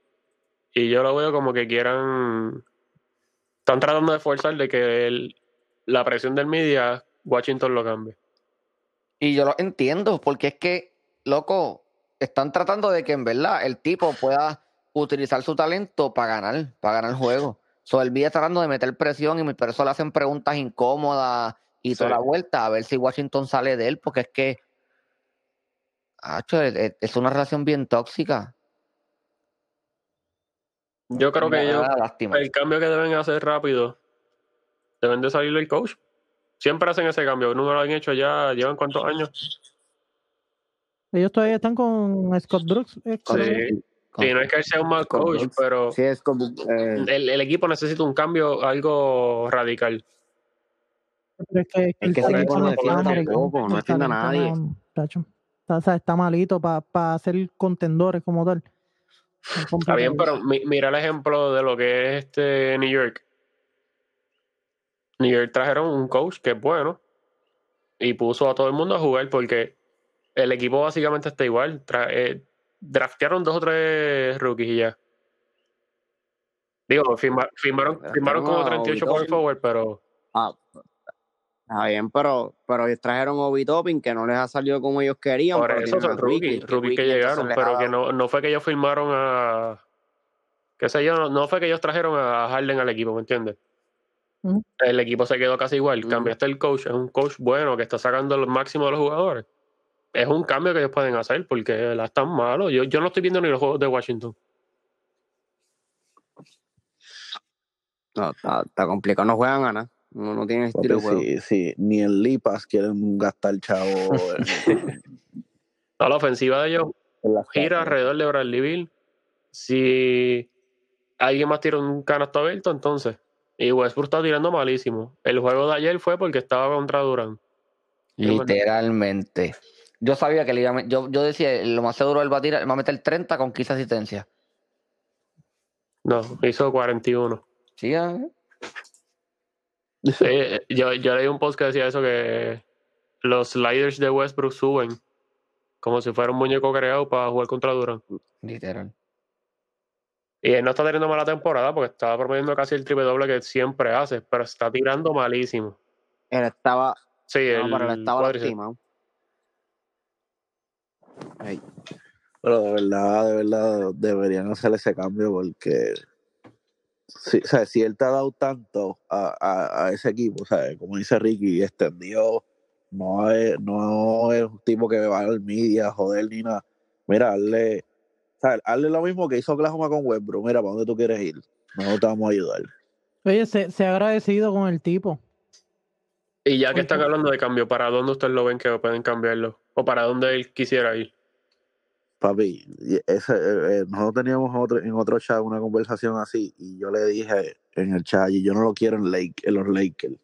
[SPEAKER 4] Y yo lo veo como que quieran. Están tratando de forzar de que el- la presión del media, Washington lo cambie.
[SPEAKER 3] Y yo lo entiendo, porque es que, loco, están tratando de que en verdad el tipo pueda utilizar su talento para ganar, para ganar el juego. So, el Villa está tratando de meter presión y mi persona le hacen preguntas incómodas y toda
[SPEAKER 4] Sí.
[SPEAKER 3] la vuelta, a ver si Washington sale de él, porque es que, acho, es- es es una relación bien tóxica.
[SPEAKER 4] Yo creo
[SPEAKER 3] Me
[SPEAKER 4] que
[SPEAKER 3] da-
[SPEAKER 4] ellos,
[SPEAKER 3] me da lástima.
[SPEAKER 4] el cambio que deben hacer rápido, deben de salir del coach. Siempre hacen ese cambio. No lo han hecho ya, llevan cuántos años.
[SPEAKER 1] Ellos todavía están con Scott Brooks. eh,
[SPEAKER 4] Sí.
[SPEAKER 1] creo que.
[SPEAKER 4] Y no es que él sea un mal
[SPEAKER 2] Scott
[SPEAKER 4] coach,
[SPEAKER 2] Brooks.
[SPEAKER 4] pero
[SPEAKER 2] Sí, es como. eh,
[SPEAKER 4] el, el equipo necesita un cambio, algo radical.
[SPEAKER 1] Pero es que
[SPEAKER 2] es
[SPEAKER 1] el
[SPEAKER 2] que ese
[SPEAKER 1] talento
[SPEAKER 2] equipo no
[SPEAKER 1] no
[SPEAKER 2] defiende
[SPEAKER 1] está, maricón.
[SPEAKER 2] tampoco, no
[SPEAKER 1] El
[SPEAKER 2] defiende a
[SPEAKER 1] talento
[SPEAKER 2] nadie.
[SPEAKER 1] no, tacho. Está, o sea, está malito para ser contendores como tal.
[SPEAKER 4] Está bien, pero mi- mira el ejemplo de lo que es este New York. New York trajeron un coach que es bueno y puso a todo el mundo a jugar porque el equipo básicamente está igual. Tra- eh, draftearon dos o tres rookies y ya. Digo, firma- firmaron,
[SPEAKER 2] Draftearon
[SPEAKER 4] firmaron como
[SPEAKER 2] a
[SPEAKER 4] 38
[SPEAKER 2] Obi
[SPEAKER 4] power
[SPEAKER 2] Toppin.
[SPEAKER 4] forward, pero
[SPEAKER 2] Ah, está bien, pero, pero ellos trajeron Obi Topping, que no les ha salido como ellos querían,
[SPEAKER 4] por
[SPEAKER 2] pero
[SPEAKER 4] eso
[SPEAKER 2] tienen a
[SPEAKER 4] son
[SPEAKER 2] Wiki.
[SPEAKER 4] rookies, rookies que
[SPEAKER 2] entonces
[SPEAKER 4] llegaron,
[SPEAKER 2] les ha
[SPEAKER 4] pero
[SPEAKER 2] dado-
[SPEAKER 4] que no, no fue que ellos firmaron a... qué sé yo, no, no fue que ellos trajeron a Harden al equipo, ¿me entiendes?
[SPEAKER 1] Ujú.
[SPEAKER 4] El equipo se quedó casi igual.
[SPEAKER 2] Ujú.
[SPEAKER 4] Cambiaste el coach, es un coach bueno que está sacando lo máximo de los jugadores. Es un cambio que ellos pueden hacer porque la están malo. Yo, yo no estoy viendo ni los juegos de Washington.
[SPEAKER 2] No, está, está complicado, no juegan a nada. No, no tienen estilo de
[SPEAKER 5] Papi,
[SPEAKER 2] juego.
[SPEAKER 5] sí, sí, ni en Lipas quieren gastar chavo en,
[SPEAKER 4] No, la ofensiva de ellos
[SPEAKER 5] en las
[SPEAKER 4] gira
[SPEAKER 5] carreras.
[SPEAKER 4] alrededor de Bradley Bill. Si alguien más tira un canasto abierto, entonces. Y Westbrook está tirando malísimo. El juego de ayer fue porque estaba contra Durán.
[SPEAKER 3] Literalmente. Yo sabía que le iba a met- yo, yo decía, lo más seguro él va a tirar, él va a meter 30 con 15 asistencias.
[SPEAKER 4] No, hizo 41.
[SPEAKER 3] Sí, ah,
[SPEAKER 4] Eh, yo, yo leí un post que decía eso, que los sliders de Westbrook suben como si fuera un muñeco creado para jugar contra Durant.
[SPEAKER 3] literal.
[SPEAKER 4] Y él no está teniendo mala temporada porque estaba promediando casi el triple doble que siempre hace, pero está tirando malísimo.
[SPEAKER 2] Él estaba,
[SPEAKER 4] Sí,
[SPEAKER 2] no, pero él
[SPEAKER 4] el
[SPEAKER 2] estaba
[SPEAKER 4] cuádriceps.
[SPEAKER 2] lastimado. Ey,
[SPEAKER 5] Pero de verdad, de verdad, deberían hacer ese cambio porque si, o sea, si él te ha dado tanto a, a- a ese equipo, o sea, como dice Ricky, extendió, no es, no es un tipo que va al media, joder, ni nada. Mira, hazle, o sea, hazle lo mismo que hizo Oklahoma con Westbrook. Mira, ¿para dónde tú quieres ir? No te vamos a ayudar.
[SPEAKER 1] Oye, se, se ha agradecido con el tipo.
[SPEAKER 4] Y ya que
[SPEAKER 1] Oye.
[SPEAKER 4] están hablando de cambio, ¿para dónde ustedes lo ven que pueden cambiarlo? ¿O para dónde él quisiera ir?
[SPEAKER 5] Papi, y ese, eh, eh, nosotros teníamos otro, en otro chat una conversación así y yo le dije en el chat, y yo no lo quiero en, Lake, en los Lakers.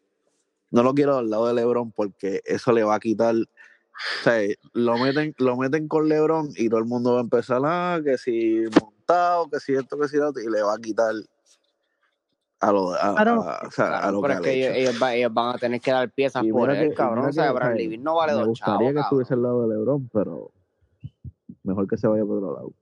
[SPEAKER 5] No lo quiero al lado de LeBron porque eso le va a quitar. O sea, lo meten, lo meten con LeBron y todo el mundo va a empezar, ah, que si montado, que si esto, que si lo otro, y le va a quitar a lo, a,
[SPEAKER 1] Claro.
[SPEAKER 5] a- o sea, a
[SPEAKER 2] Claro,
[SPEAKER 5] lo que
[SPEAKER 2] pero es
[SPEAKER 5] ha
[SPEAKER 2] que ellos,
[SPEAKER 5] hecho.
[SPEAKER 2] ellos va- ellos van a tener que dar piezas
[SPEAKER 5] Y
[SPEAKER 2] por
[SPEAKER 5] mira
[SPEAKER 2] él,
[SPEAKER 5] que- y
[SPEAKER 2] cabrón.
[SPEAKER 5] mira
[SPEAKER 2] O sea,
[SPEAKER 5] que, o sea,
[SPEAKER 2] Bradley Beal no vale
[SPEAKER 5] me
[SPEAKER 2] dos
[SPEAKER 5] gustaría
[SPEAKER 2] chavos,
[SPEAKER 5] que estuviese
[SPEAKER 2] cabrón.
[SPEAKER 5] al lado de LeBron, pero mejor que se vaya por otro lado.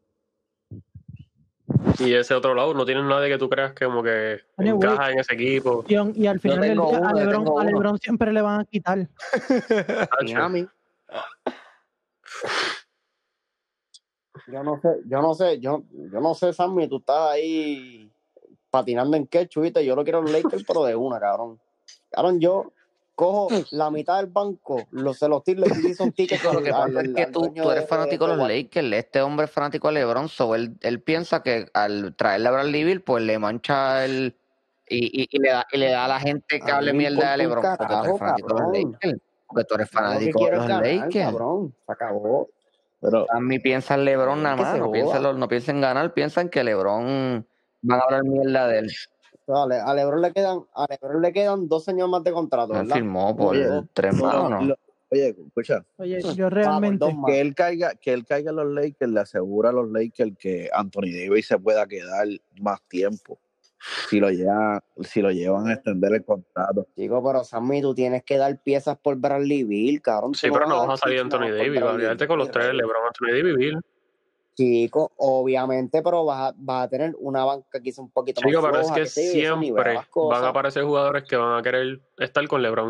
[SPEAKER 4] Y ese otro lado, no tienen nadie que tú creas que como que
[SPEAKER 1] Anyway.
[SPEAKER 4] encaja en ese equipo.
[SPEAKER 1] Y, y al final del
[SPEAKER 2] tengo
[SPEAKER 1] día, a
[SPEAKER 2] uno, yo
[SPEAKER 1] LeBron,
[SPEAKER 2] tengo
[SPEAKER 1] a
[SPEAKER 2] uno.
[SPEAKER 1] LeBron siempre le van a quitar.
[SPEAKER 4] Hacho.
[SPEAKER 2] Miami. Yo no sé, yo no sé, yo, yo no sé, Sammy, tú estás ahí patinando en qué, chubita. Yo lo quiero en Lakers, pero de una, cabrón. Cabrón, yo cojo la mitad del banco, lo, se los tiro y utilizo un ticket
[SPEAKER 3] Chico, lo
[SPEAKER 2] al,
[SPEAKER 3] que
[SPEAKER 2] al,
[SPEAKER 3] pasa es que
[SPEAKER 2] al
[SPEAKER 3] tú,
[SPEAKER 2] dueño
[SPEAKER 3] tú
[SPEAKER 2] de- este
[SPEAKER 3] eres fanático de los Lakers, este hombre es fanático de LeBron, so él, él piensa que al traerle a Bradley Beal, pues le mancha el... Y, y- y le da, y le da a la gente que
[SPEAKER 2] A mí
[SPEAKER 3] hable
[SPEAKER 2] me
[SPEAKER 3] mierda de
[SPEAKER 2] importa un
[SPEAKER 3] LeBron, porque tú
[SPEAKER 2] carajo,
[SPEAKER 3] eres fanático de
[SPEAKER 2] cabrón.
[SPEAKER 3] los Lakers, porque tú eres
[SPEAKER 2] Yo lo que
[SPEAKER 3] fanático de
[SPEAKER 2] quiero es
[SPEAKER 3] los
[SPEAKER 2] ganar,
[SPEAKER 3] Lakers.
[SPEAKER 2] cabrón. Se acabó.
[SPEAKER 5] Pero,
[SPEAKER 3] También piensa en LeBron
[SPEAKER 2] Cabrón,
[SPEAKER 3] nada
[SPEAKER 2] que
[SPEAKER 3] más,
[SPEAKER 2] se
[SPEAKER 3] no
[SPEAKER 2] joda.
[SPEAKER 3] piensa, en lo- no piensa en ganar, piensa en que LeBron van a hablar mierda de él.
[SPEAKER 2] O sea, a Le- a LeBron le quedan, a LeBron le quedan dos años más de contrato,
[SPEAKER 3] No
[SPEAKER 2] ¿verdad?
[SPEAKER 3] firmó por
[SPEAKER 5] oye,
[SPEAKER 2] Dos,
[SPEAKER 3] tres
[SPEAKER 2] dos
[SPEAKER 3] más
[SPEAKER 5] lo-
[SPEAKER 3] o
[SPEAKER 2] más.
[SPEAKER 3] no.
[SPEAKER 5] lo- oye, escucha.
[SPEAKER 1] Oye, yo
[SPEAKER 2] Ah, por dos
[SPEAKER 1] realmente,
[SPEAKER 2] más.
[SPEAKER 5] que él caiga que él caiga a los Lakers le asegura a los Lakers que Anthony Davis se pueda quedar más tiempo si lo llevan si lo llevan a extender el contrato
[SPEAKER 2] Chico, pero Sammy, tú tienes que dar piezas por Bradley Bill, cabrón.
[SPEAKER 4] Sí,
[SPEAKER 2] Tú
[SPEAKER 4] pero
[SPEAKER 2] no
[SPEAKER 4] no
[SPEAKER 2] vas
[SPEAKER 4] vas a
[SPEAKER 2] a dar
[SPEAKER 4] salir
[SPEAKER 2] pick nada más
[SPEAKER 4] Anthony
[SPEAKER 2] por
[SPEAKER 4] Davis, va a
[SPEAKER 2] Bradley
[SPEAKER 4] quedarte con los
[SPEAKER 2] Beal,
[SPEAKER 4] tres,
[SPEAKER 2] brother.
[SPEAKER 4] LeBron, Anthony Davis, Bill.
[SPEAKER 2] Chico, obviamente, pero vas a, vas a tener una banca quizá un poquito más
[SPEAKER 4] Chico, pero es
[SPEAKER 2] floja,
[SPEAKER 4] que
[SPEAKER 2] que sé yo, y eso nivela
[SPEAKER 4] siempre
[SPEAKER 2] las
[SPEAKER 4] van a
[SPEAKER 2] cosas.
[SPEAKER 4] aparecer jugadores que van a querer estar con LeBron.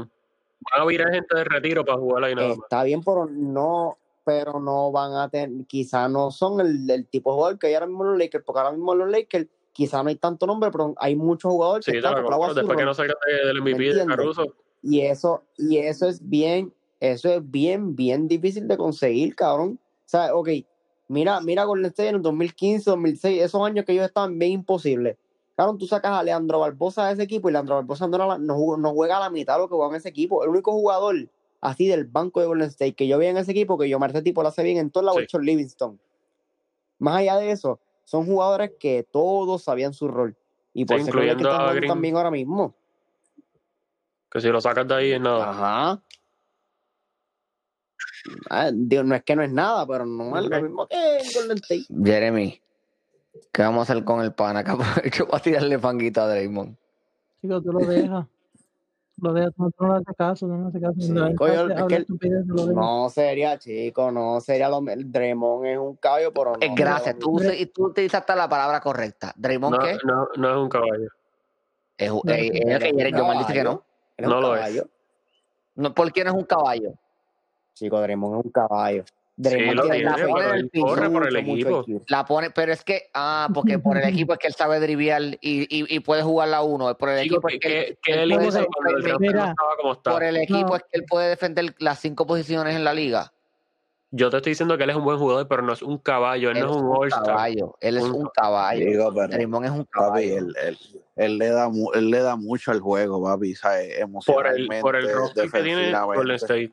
[SPEAKER 4] Van a virar gente de retiro para jugar ahí nada más.
[SPEAKER 2] Está bien, pero no, pero no van a tener, quizá no son el, el tipo de jugador que hay ahora mismo en los Lakers, porque ahora mismo en los Lakers quizá no hay tanto nombre, pero hay muchos jugadores
[SPEAKER 4] Sí,
[SPEAKER 2] que
[SPEAKER 4] te
[SPEAKER 2] están
[SPEAKER 4] la
[SPEAKER 2] acoplados a
[SPEAKER 4] compro.
[SPEAKER 2] su
[SPEAKER 4] Después que
[SPEAKER 2] rol.
[SPEAKER 4] no salga de- del
[SPEAKER 2] ¿Me
[SPEAKER 4] MVP de
[SPEAKER 2] entiendes?
[SPEAKER 4] Caruso,
[SPEAKER 2] Y eso, y eso es bien, eso es bien, bien difícil de conseguir, cabrón. O sea, ok, mira, mira Golden State en el 2015, 2006, esos años que ellos estaban bien imposibles. Cabrón, tú sacas a Leandro Barbosa de ese equipo y Leandro Barbosa no, era la- no, jugó- no juega a la mitad de lo que juega en ese equipo. El único jugador así del banco de Golden State que yo veía en ese equipo, que yo me ese tipo lo hace bien en toda la
[SPEAKER 4] Sí.
[SPEAKER 2] West Livingston. Más allá de eso, son jugadores que todos sabían su rol. Y por
[SPEAKER 4] sí,
[SPEAKER 2] ser los Lakers
[SPEAKER 4] incluyendo
[SPEAKER 2] están
[SPEAKER 4] a
[SPEAKER 2] jugando
[SPEAKER 4] Green,
[SPEAKER 2] también ahora mismo.
[SPEAKER 4] que si lo sacas de ahí es nada.
[SPEAKER 2] Ajá. Ah, digo, no es que no es nada, pero no es lo
[SPEAKER 4] Ok.
[SPEAKER 2] mismo que el Golden State.
[SPEAKER 3] Jeremy, ¿Qué vamos a hacer con el pana? Yo voy a tirarle fanguita a Draymond.
[SPEAKER 1] Chico, tú lo dejas. Lo dejas, tú no le haces caso, tú no le haces caso.
[SPEAKER 2] Sí,
[SPEAKER 1] Cuando la gente
[SPEAKER 2] coño,
[SPEAKER 1] hace-
[SPEAKER 2] es
[SPEAKER 1] habla
[SPEAKER 2] que el-
[SPEAKER 1] estupidez, tú lo dejas.
[SPEAKER 2] No sería, chico, no sería lo me- Dremón es un caballo, pero no.
[SPEAKER 3] Eh, gracias, tú,
[SPEAKER 1] Mira.
[SPEAKER 3] usi- tú utilizaste la palabra correcta. Draymond,
[SPEAKER 4] No,
[SPEAKER 3] ¿qué?
[SPEAKER 4] no, no es un caballo.
[SPEAKER 3] Es, un-
[SPEAKER 1] No,
[SPEAKER 3] eh,
[SPEAKER 1] no,
[SPEAKER 3] eh, eh,
[SPEAKER 2] Él es un
[SPEAKER 3] Yomar dice que
[SPEAKER 2] caballo,
[SPEAKER 3] no.
[SPEAKER 2] él es un
[SPEAKER 4] No lo es.
[SPEAKER 2] caballo.
[SPEAKER 3] no. ¿Por qué no es un caballo?
[SPEAKER 2] Chico, Dremón es un caballo.
[SPEAKER 4] Sí,
[SPEAKER 2] Dremón
[SPEAKER 4] lo
[SPEAKER 3] la-
[SPEAKER 4] tiene,
[SPEAKER 3] la
[SPEAKER 4] pero
[SPEAKER 3] pone en
[SPEAKER 4] él
[SPEAKER 3] el piso.
[SPEAKER 4] corre por el
[SPEAKER 2] mucho, mucho
[SPEAKER 4] equipo.
[SPEAKER 2] IQ.
[SPEAKER 3] La pone, pero es que, ah, porque por el equipo es que él sabe driviar y, y, y puede jugar la uno. Por el
[SPEAKER 4] Chico,
[SPEAKER 3] equipo
[SPEAKER 4] ¿qué,
[SPEAKER 3] es pues, que él,
[SPEAKER 4] qué, qué
[SPEAKER 3] él
[SPEAKER 4] él
[SPEAKER 3] puede
[SPEAKER 4] hizo
[SPEAKER 3] ser
[SPEAKER 4] cuando el
[SPEAKER 3] playmaker.
[SPEAKER 4] campeón
[SPEAKER 1] Mira,
[SPEAKER 4] estaba como está?
[SPEAKER 3] por el equipo
[SPEAKER 1] No.
[SPEAKER 3] es que él puede defender las cinco posiciones en la liga.
[SPEAKER 4] Yo te estoy diciendo que él es un buen jugador, pero no es un caballo, él
[SPEAKER 3] Él
[SPEAKER 4] no es
[SPEAKER 3] es
[SPEAKER 4] un
[SPEAKER 3] un
[SPEAKER 4] All-Star.
[SPEAKER 3] caballo. Él es un
[SPEAKER 4] Punto.
[SPEAKER 3] caballo.
[SPEAKER 5] Digo, pero
[SPEAKER 3] Draymond es un
[SPEAKER 5] Papi,
[SPEAKER 3] caballo.
[SPEAKER 5] él, él, él le da, mu- él le da mucho al juego, papi, ¿sabes?
[SPEAKER 4] Por el, por el
[SPEAKER 5] Emocionalmente,
[SPEAKER 4] roster que tiene Golden
[SPEAKER 5] defensivamente.
[SPEAKER 4] State.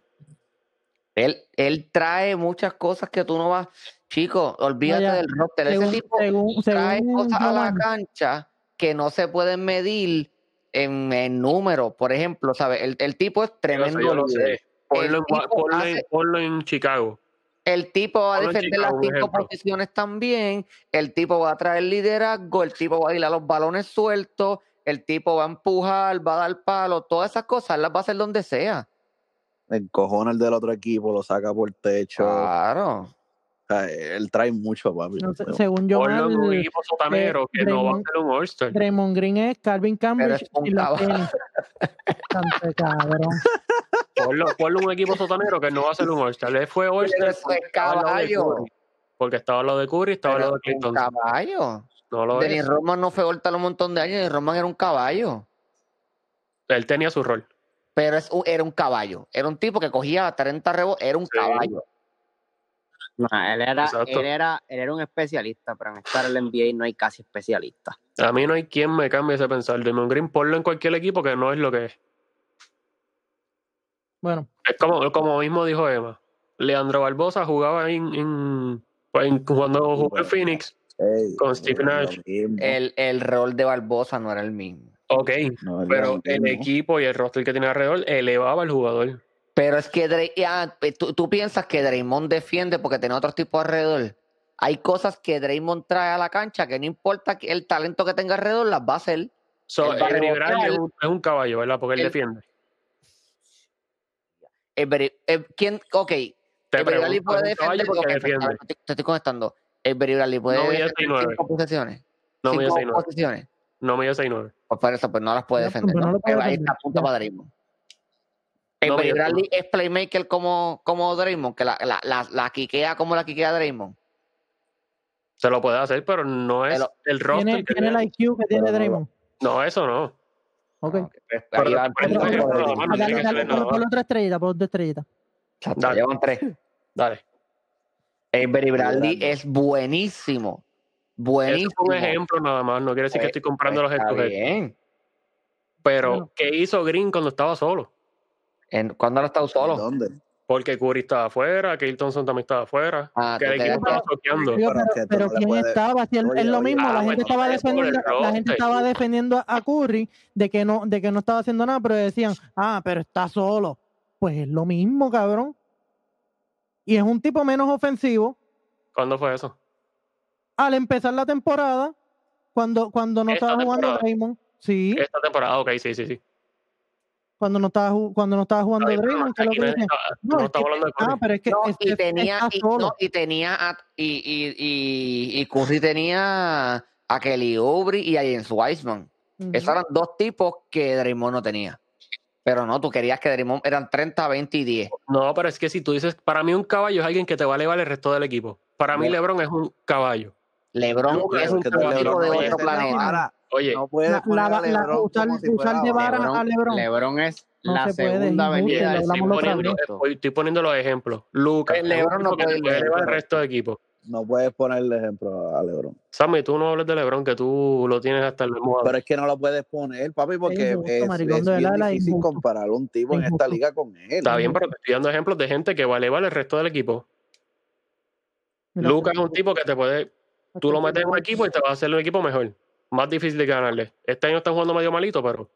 [SPEAKER 3] Él, él trae muchas cosas que tú no vas. Chicos, olvídate
[SPEAKER 1] Vaya,
[SPEAKER 3] del roster.
[SPEAKER 1] según,
[SPEAKER 3] Ese tipo
[SPEAKER 1] según,
[SPEAKER 3] trae
[SPEAKER 1] según
[SPEAKER 3] cosas a la
[SPEAKER 1] Román,
[SPEAKER 3] cancha que no se pueden medir en, en números. Por ejemplo, ¿sabes? El, el tipo es
[SPEAKER 4] Yo lo sé,
[SPEAKER 3] tremendo
[SPEAKER 4] yo lo
[SPEAKER 3] líder.
[SPEAKER 4] sé. Ponlo
[SPEAKER 3] El
[SPEAKER 4] en, Gua-
[SPEAKER 3] tipo
[SPEAKER 4] ponlo en,
[SPEAKER 3] hace,
[SPEAKER 4] ponlo en Chicago.
[SPEAKER 3] el tipo va a
[SPEAKER 4] Ponlo en
[SPEAKER 3] defender las
[SPEAKER 4] Chicago, un
[SPEAKER 3] cinco
[SPEAKER 4] ejemplo.
[SPEAKER 3] posiciones también. El tipo va a traer liderazgo. El tipo va a ir a los balones sueltos. El tipo va a empujar, va a dar palo. Todas esas cosas él las va a hacer donde sea.
[SPEAKER 5] Encojona el del otro equipo, lo saca por techo.
[SPEAKER 3] Claro.
[SPEAKER 5] O sea, él trae mucho, papi.
[SPEAKER 1] Ah. no sé, según Yomar,
[SPEAKER 4] Ponlo en un equipo
[SPEAKER 1] eh,
[SPEAKER 4] sotanero que no va a
[SPEAKER 1] Draymond,
[SPEAKER 4] ser un All-Star.
[SPEAKER 1] Draymond Green es Calvin
[SPEAKER 3] Pero
[SPEAKER 1] Cambridge
[SPEAKER 3] es un
[SPEAKER 1] y los
[SPEAKER 3] caballo.
[SPEAKER 1] tenis. Tanto cabrón.
[SPEAKER 4] Ponlo, ponlo en un equipo sotanero que no va a ser un All-Star. Él fue
[SPEAKER 3] Pero
[SPEAKER 4] All-Star
[SPEAKER 3] eso
[SPEAKER 4] porque
[SPEAKER 3] es
[SPEAKER 4] estaba al lado de
[SPEAKER 3] caballo.
[SPEAKER 4] Curry. Porque estaba al lado de Curry, estaba al
[SPEAKER 3] Pero
[SPEAKER 4] lado
[SPEAKER 3] es
[SPEAKER 4] de Clay
[SPEAKER 3] un
[SPEAKER 4] Thompson.
[SPEAKER 3] caballo.
[SPEAKER 4] No lo
[SPEAKER 3] Dennis
[SPEAKER 4] es.
[SPEAKER 3] Roman no fue All-Star un montón de años. Dennis Roman era un caballo.
[SPEAKER 4] Él tenía su rol.
[SPEAKER 3] Pero es un- era un caballo. Era un tipo que cogía 30 rebotes. Era un
[SPEAKER 4] Sí,
[SPEAKER 3] caballo.
[SPEAKER 2] No, él era,
[SPEAKER 4] exacto.
[SPEAKER 2] él era, él era un especialista, pero en estar en el NBA no hay casi especialista.
[SPEAKER 4] A mí no hay quien me cambie ese pensar. Draymond Green, ponlo en cualquier equipo que no es lo que es.
[SPEAKER 1] Bueno,
[SPEAKER 4] Es como, como mismo dijo Emma. Leandro Barbosa jugaba en, en- pues, en- cuando jugó en Phoenix
[SPEAKER 5] Ey,
[SPEAKER 4] con Steve
[SPEAKER 5] no es
[SPEAKER 4] Nash.
[SPEAKER 5] lo mismo.
[SPEAKER 1] Eh,
[SPEAKER 3] El, el rol de Barbosa no era el mismo.
[SPEAKER 4] Ok,
[SPEAKER 5] No es lo
[SPEAKER 4] pero el
[SPEAKER 5] mismo.
[SPEAKER 4] equipo y el roster que tiene alrededor elevaba al jugador.
[SPEAKER 3] Pero es que Dray- ah, pe- tú, tú piensas que Draymond defiende porque tiene otros tipos alrededor. Hay cosas que Draymond trae a la cancha que no importa que- el talento que tenga alrededor, las va a hacer.
[SPEAKER 4] So,
[SPEAKER 3] Él va a
[SPEAKER 4] Avery Bradley
[SPEAKER 3] rebotear.
[SPEAKER 4] es un, es un caballo, ¿verdad? Porque él
[SPEAKER 3] Él-
[SPEAKER 4] defiende.
[SPEAKER 3] Every, ev- ¿quién? Ok.
[SPEAKER 4] Te
[SPEAKER 3] Every Bradley
[SPEAKER 4] pregunto, es
[SPEAKER 3] puede
[SPEAKER 4] un caballo
[SPEAKER 3] defender.
[SPEAKER 4] porque
[SPEAKER 3] Ok, te,
[SPEAKER 4] defiende.
[SPEAKER 3] te- te estoy contestando. Every Bradley puede
[SPEAKER 4] No mide
[SPEAKER 3] defender
[SPEAKER 4] 6'9".
[SPEAKER 3] cinco posiciones.
[SPEAKER 4] No me dio
[SPEAKER 3] Cinco
[SPEAKER 4] 6'9".
[SPEAKER 3] posiciones.
[SPEAKER 4] No me dio 6'9".
[SPEAKER 3] Pues por eso, pues no las puede
[SPEAKER 1] ya,
[SPEAKER 3] defender,
[SPEAKER 1] pero no
[SPEAKER 3] ¿no?
[SPEAKER 1] lo puede
[SPEAKER 3] Eh, Ahí
[SPEAKER 1] defender.
[SPEAKER 3] está punto
[SPEAKER 1] Ya.
[SPEAKER 3] para Draymond.
[SPEAKER 4] No me
[SPEAKER 3] Every
[SPEAKER 4] dio 6'9".
[SPEAKER 3] Bradley es playmaker como, como Draymond, que la, la, la, la quiquea como la quiquea Draymond.
[SPEAKER 4] Se lo puede hacer, pero no es
[SPEAKER 3] Pero-
[SPEAKER 4] el roster
[SPEAKER 1] Tiene,
[SPEAKER 4] que
[SPEAKER 1] tiene
[SPEAKER 4] tiene.
[SPEAKER 1] el IQ que
[SPEAKER 5] Pero
[SPEAKER 1] tiene
[SPEAKER 5] no lo-
[SPEAKER 1] Draymond.
[SPEAKER 4] No, eso no.
[SPEAKER 1] Ok.
[SPEAKER 3] Ah, ok, pues
[SPEAKER 4] Pero
[SPEAKER 3] ahí
[SPEAKER 4] te
[SPEAKER 3] va
[SPEAKER 4] estoy poniendo
[SPEAKER 1] Otra,
[SPEAKER 4] un
[SPEAKER 3] punto
[SPEAKER 1] otra.
[SPEAKER 3] para
[SPEAKER 4] ejemplo nada más,
[SPEAKER 3] Draymond.
[SPEAKER 4] no tiene
[SPEAKER 1] Dale,
[SPEAKER 4] que ser
[SPEAKER 1] dale, pon,
[SPEAKER 4] el nada más.
[SPEAKER 1] ponle otra estrellita, pon otra estrellita.
[SPEAKER 3] Chacho,
[SPEAKER 4] Dale,
[SPEAKER 3] ya van tres.
[SPEAKER 4] dale.
[SPEAKER 3] Every Bradley
[SPEAKER 5] Bradley.
[SPEAKER 3] es buenísimo.
[SPEAKER 4] Eso es un
[SPEAKER 3] Buenísimo.
[SPEAKER 4] ejemplo nada más. No quiere decir que
[SPEAKER 3] Pues-
[SPEAKER 4] estoy
[SPEAKER 3] pues
[SPEAKER 4] comprando los head
[SPEAKER 3] está
[SPEAKER 4] to head.
[SPEAKER 3] bien.
[SPEAKER 4] Pero,
[SPEAKER 1] Bueno,
[SPEAKER 4] ¿qué hizo Green cuando estaba solo?
[SPEAKER 3] En- ¿Cuándo no ha estado solo?
[SPEAKER 5] ¿Dónde?
[SPEAKER 4] Porque Curry estaba afuera, que Thompson también estaba afuera,
[SPEAKER 3] Ah,
[SPEAKER 4] que
[SPEAKER 3] tú
[SPEAKER 4] el
[SPEAKER 3] te
[SPEAKER 1] digo,
[SPEAKER 4] equipo
[SPEAKER 3] das
[SPEAKER 4] estaba
[SPEAKER 1] pero,
[SPEAKER 4] soqueando.
[SPEAKER 1] digo,
[SPEAKER 5] Pero
[SPEAKER 1] pero,
[SPEAKER 5] es que tú
[SPEAKER 1] pero
[SPEAKER 5] no le
[SPEAKER 1] ¿quién
[SPEAKER 5] puedes.
[SPEAKER 1] estaba? Si él- es
[SPEAKER 5] Oye,
[SPEAKER 1] lo
[SPEAKER 5] oye,
[SPEAKER 1] mismo, la
[SPEAKER 4] Ah, pues
[SPEAKER 1] gente
[SPEAKER 4] entonces
[SPEAKER 1] estaba
[SPEAKER 4] es por el
[SPEAKER 1] defendiendo, la gente
[SPEAKER 4] roster.
[SPEAKER 1] estaba defendiendo a Curry de que no, de que no estaba haciendo nada, pero decían, ah, pero está solo. Pues es lo mismo, cabrón. Y es un tipo menos ofensivo
[SPEAKER 4] ¿Cuándo fue eso?
[SPEAKER 1] al empezar la temporada, cuando, cuando no
[SPEAKER 4] Esta
[SPEAKER 1] estaba jugando
[SPEAKER 4] temporada.
[SPEAKER 1] Draymond. Sí,
[SPEAKER 4] Esta temporada, ok, sí, sí, sí.
[SPEAKER 1] cuando no estaba, ju- cuando no estaba
[SPEAKER 4] Está
[SPEAKER 1] jugando
[SPEAKER 4] bien, pero no-
[SPEAKER 1] Draymond, que es lo
[SPEAKER 4] aquí
[SPEAKER 1] que
[SPEAKER 4] nadie
[SPEAKER 1] decían,
[SPEAKER 4] está,
[SPEAKER 1] no,
[SPEAKER 4] no
[SPEAKER 1] es que,
[SPEAKER 4] estamos hablando de
[SPEAKER 1] ah,
[SPEAKER 4] Curry.
[SPEAKER 1] pero es que
[SPEAKER 3] No, y
[SPEAKER 1] Steph
[SPEAKER 3] tenía,
[SPEAKER 1] está
[SPEAKER 3] y, no,
[SPEAKER 1] solo.
[SPEAKER 3] y tenía a, y, y, y, y Curry tenía a Kelly Oubre y a James Wiseman. Esos
[SPEAKER 1] Ujú.
[SPEAKER 3] eran dos tipos que Draymond no tenía. Pero no, tú querías que Draymond eran 30, 20 y 10.
[SPEAKER 4] No, pero es que si tú dices, para mí un caballo es alguien que te va a elevar el resto del equipo. Para mí
[SPEAKER 3] Le-
[SPEAKER 4] LeBron es un caballo.
[SPEAKER 3] LeBron
[SPEAKER 4] Luka
[SPEAKER 3] es
[SPEAKER 4] es
[SPEAKER 5] Pero
[SPEAKER 3] un
[SPEAKER 4] un
[SPEAKER 5] que tú
[SPEAKER 4] caballo.
[SPEAKER 5] Lebron
[SPEAKER 3] tipo de otro
[SPEAKER 4] Oye,
[SPEAKER 5] no puedes ser la
[SPEAKER 3] planeta.
[SPEAKER 5] vara.
[SPEAKER 4] oye,
[SPEAKER 5] No puedes
[SPEAKER 1] La, la,
[SPEAKER 5] poner a
[SPEAKER 1] la-
[SPEAKER 5] Lebron
[SPEAKER 1] usar,
[SPEAKER 5] como si
[SPEAKER 1] usar
[SPEAKER 5] fuera
[SPEAKER 1] de
[SPEAKER 5] vara.
[SPEAKER 1] vara
[SPEAKER 2] Lebron,
[SPEAKER 1] a LeBron
[SPEAKER 2] Lebron es
[SPEAKER 1] no
[SPEAKER 2] la
[SPEAKER 1] se puede, es
[SPEAKER 2] segunda
[SPEAKER 1] injusto,
[SPEAKER 2] venida
[SPEAKER 1] pues, lo
[SPEAKER 4] mira,
[SPEAKER 2] del
[SPEAKER 4] estoy
[SPEAKER 1] hablamos la otra
[SPEAKER 4] poniendo,
[SPEAKER 1] vez.
[SPEAKER 2] baloncesto.
[SPEAKER 4] estoy poniendo los ejemplos. Lucas
[SPEAKER 3] El
[SPEAKER 4] es un
[SPEAKER 3] LeBron no
[SPEAKER 4] tipo que
[SPEAKER 3] puede
[SPEAKER 4] te
[SPEAKER 3] ir
[SPEAKER 4] Pues, puede
[SPEAKER 3] de
[SPEAKER 4] elevar el
[SPEAKER 3] ejemplo.
[SPEAKER 4] resto del equipo.
[SPEAKER 5] No puedes ponerle ejemplo a Lebron.
[SPEAKER 4] Sammy, tú no hables de LeBron, que tú lo tienes hasta el almohadón.
[SPEAKER 5] Pero es que no lo puedes poner, papi,
[SPEAKER 1] Es
[SPEAKER 5] porque
[SPEAKER 1] injusto,
[SPEAKER 5] es,
[SPEAKER 1] maricón,
[SPEAKER 5] es
[SPEAKER 1] de
[SPEAKER 5] bien
[SPEAKER 1] verdad, la
[SPEAKER 5] difícil
[SPEAKER 1] injusto,
[SPEAKER 5] comparar a un tipo
[SPEAKER 1] la
[SPEAKER 5] en esta
[SPEAKER 1] injusto,
[SPEAKER 5] liga con él.
[SPEAKER 1] la
[SPEAKER 4] Está bien,
[SPEAKER 1] injusto.
[SPEAKER 4] pero te estoy dando ejemplos de gente que va a elevar el resto del equipo.
[SPEAKER 1] Mira, pues,
[SPEAKER 4] Lucas es un tipo que te puede, tú lo metes en un equipo y te vas a hacer un equipo mejor. Más difícil de ganarle. Este año están jugando medio malito, pero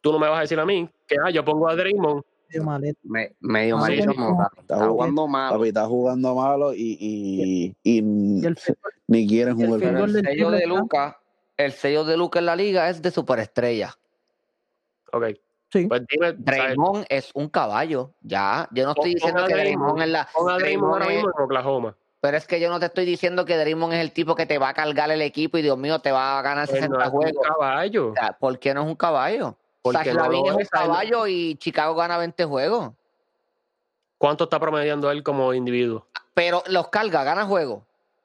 [SPEAKER 4] tú no me vas a decir a mí que ah, yo pongo a Draymond
[SPEAKER 1] medio maleta.
[SPEAKER 3] Me- medio
[SPEAKER 1] Ah,
[SPEAKER 3] malísimo.
[SPEAKER 1] bueno.
[SPEAKER 3] papi. Está jugando mal.
[SPEAKER 5] Papi, está jugando malo y, y, y
[SPEAKER 1] Y el field goal-
[SPEAKER 5] ni quieren
[SPEAKER 1] y el
[SPEAKER 5] jugar
[SPEAKER 1] field
[SPEAKER 5] con
[SPEAKER 3] Pero
[SPEAKER 1] goal
[SPEAKER 5] él.
[SPEAKER 3] el
[SPEAKER 1] del
[SPEAKER 3] sello
[SPEAKER 1] triple
[SPEAKER 3] de
[SPEAKER 1] está-
[SPEAKER 3] Luca, el sello de Luca en la liga es de superestrella.
[SPEAKER 4] Ok.
[SPEAKER 1] Sí.
[SPEAKER 4] Pues dime, ¿sabes?
[SPEAKER 3] Draymond es un caballo, ya. Yo no
[SPEAKER 4] Pon-
[SPEAKER 3] estoy diciendo
[SPEAKER 4] ponga
[SPEAKER 3] que
[SPEAKER 4] Draymond.
[SPEAKER 3] Draymond es la.
[SPEAKER 4] Pon a Draymond
[SPEAKER 3] Draymond
[SPEAKER 4] ahora
[SPEAKER 3] es-
[SPEAKER 4] mismo en Oklahoma.
[SPEAKER 3] pero es que yo no te estoy diciendo que Draymond es el tipo que te va a cargar el equipo y Dios mío, te va a ganar
[SPEAKER 4] Pues
[SPEAKER 3] 60
[SPEAKER 4] no es un
[SPEAKER 3] juegos.
[SPEAKER 4] caballo.
[SPEAKER 3] O sea, ¿por qué no es un caballo?
[SPEAKER 4] Porque
[SPEAKER 3] Zach
[SPEAKER 4] no lo
[SPEAKER 3] Lavin es
[SPEAKER 4] es,
[SPEAKER 3] un
[SPEAKER 4] Zach Lavin.
[SPEAKER 3] caballo y Chicago gana 20 juegos.
[SPEAKER 4] ¿Cuánto está promediando él como individuo?
[SPEAKER 3] Pero los carga, gana juegos.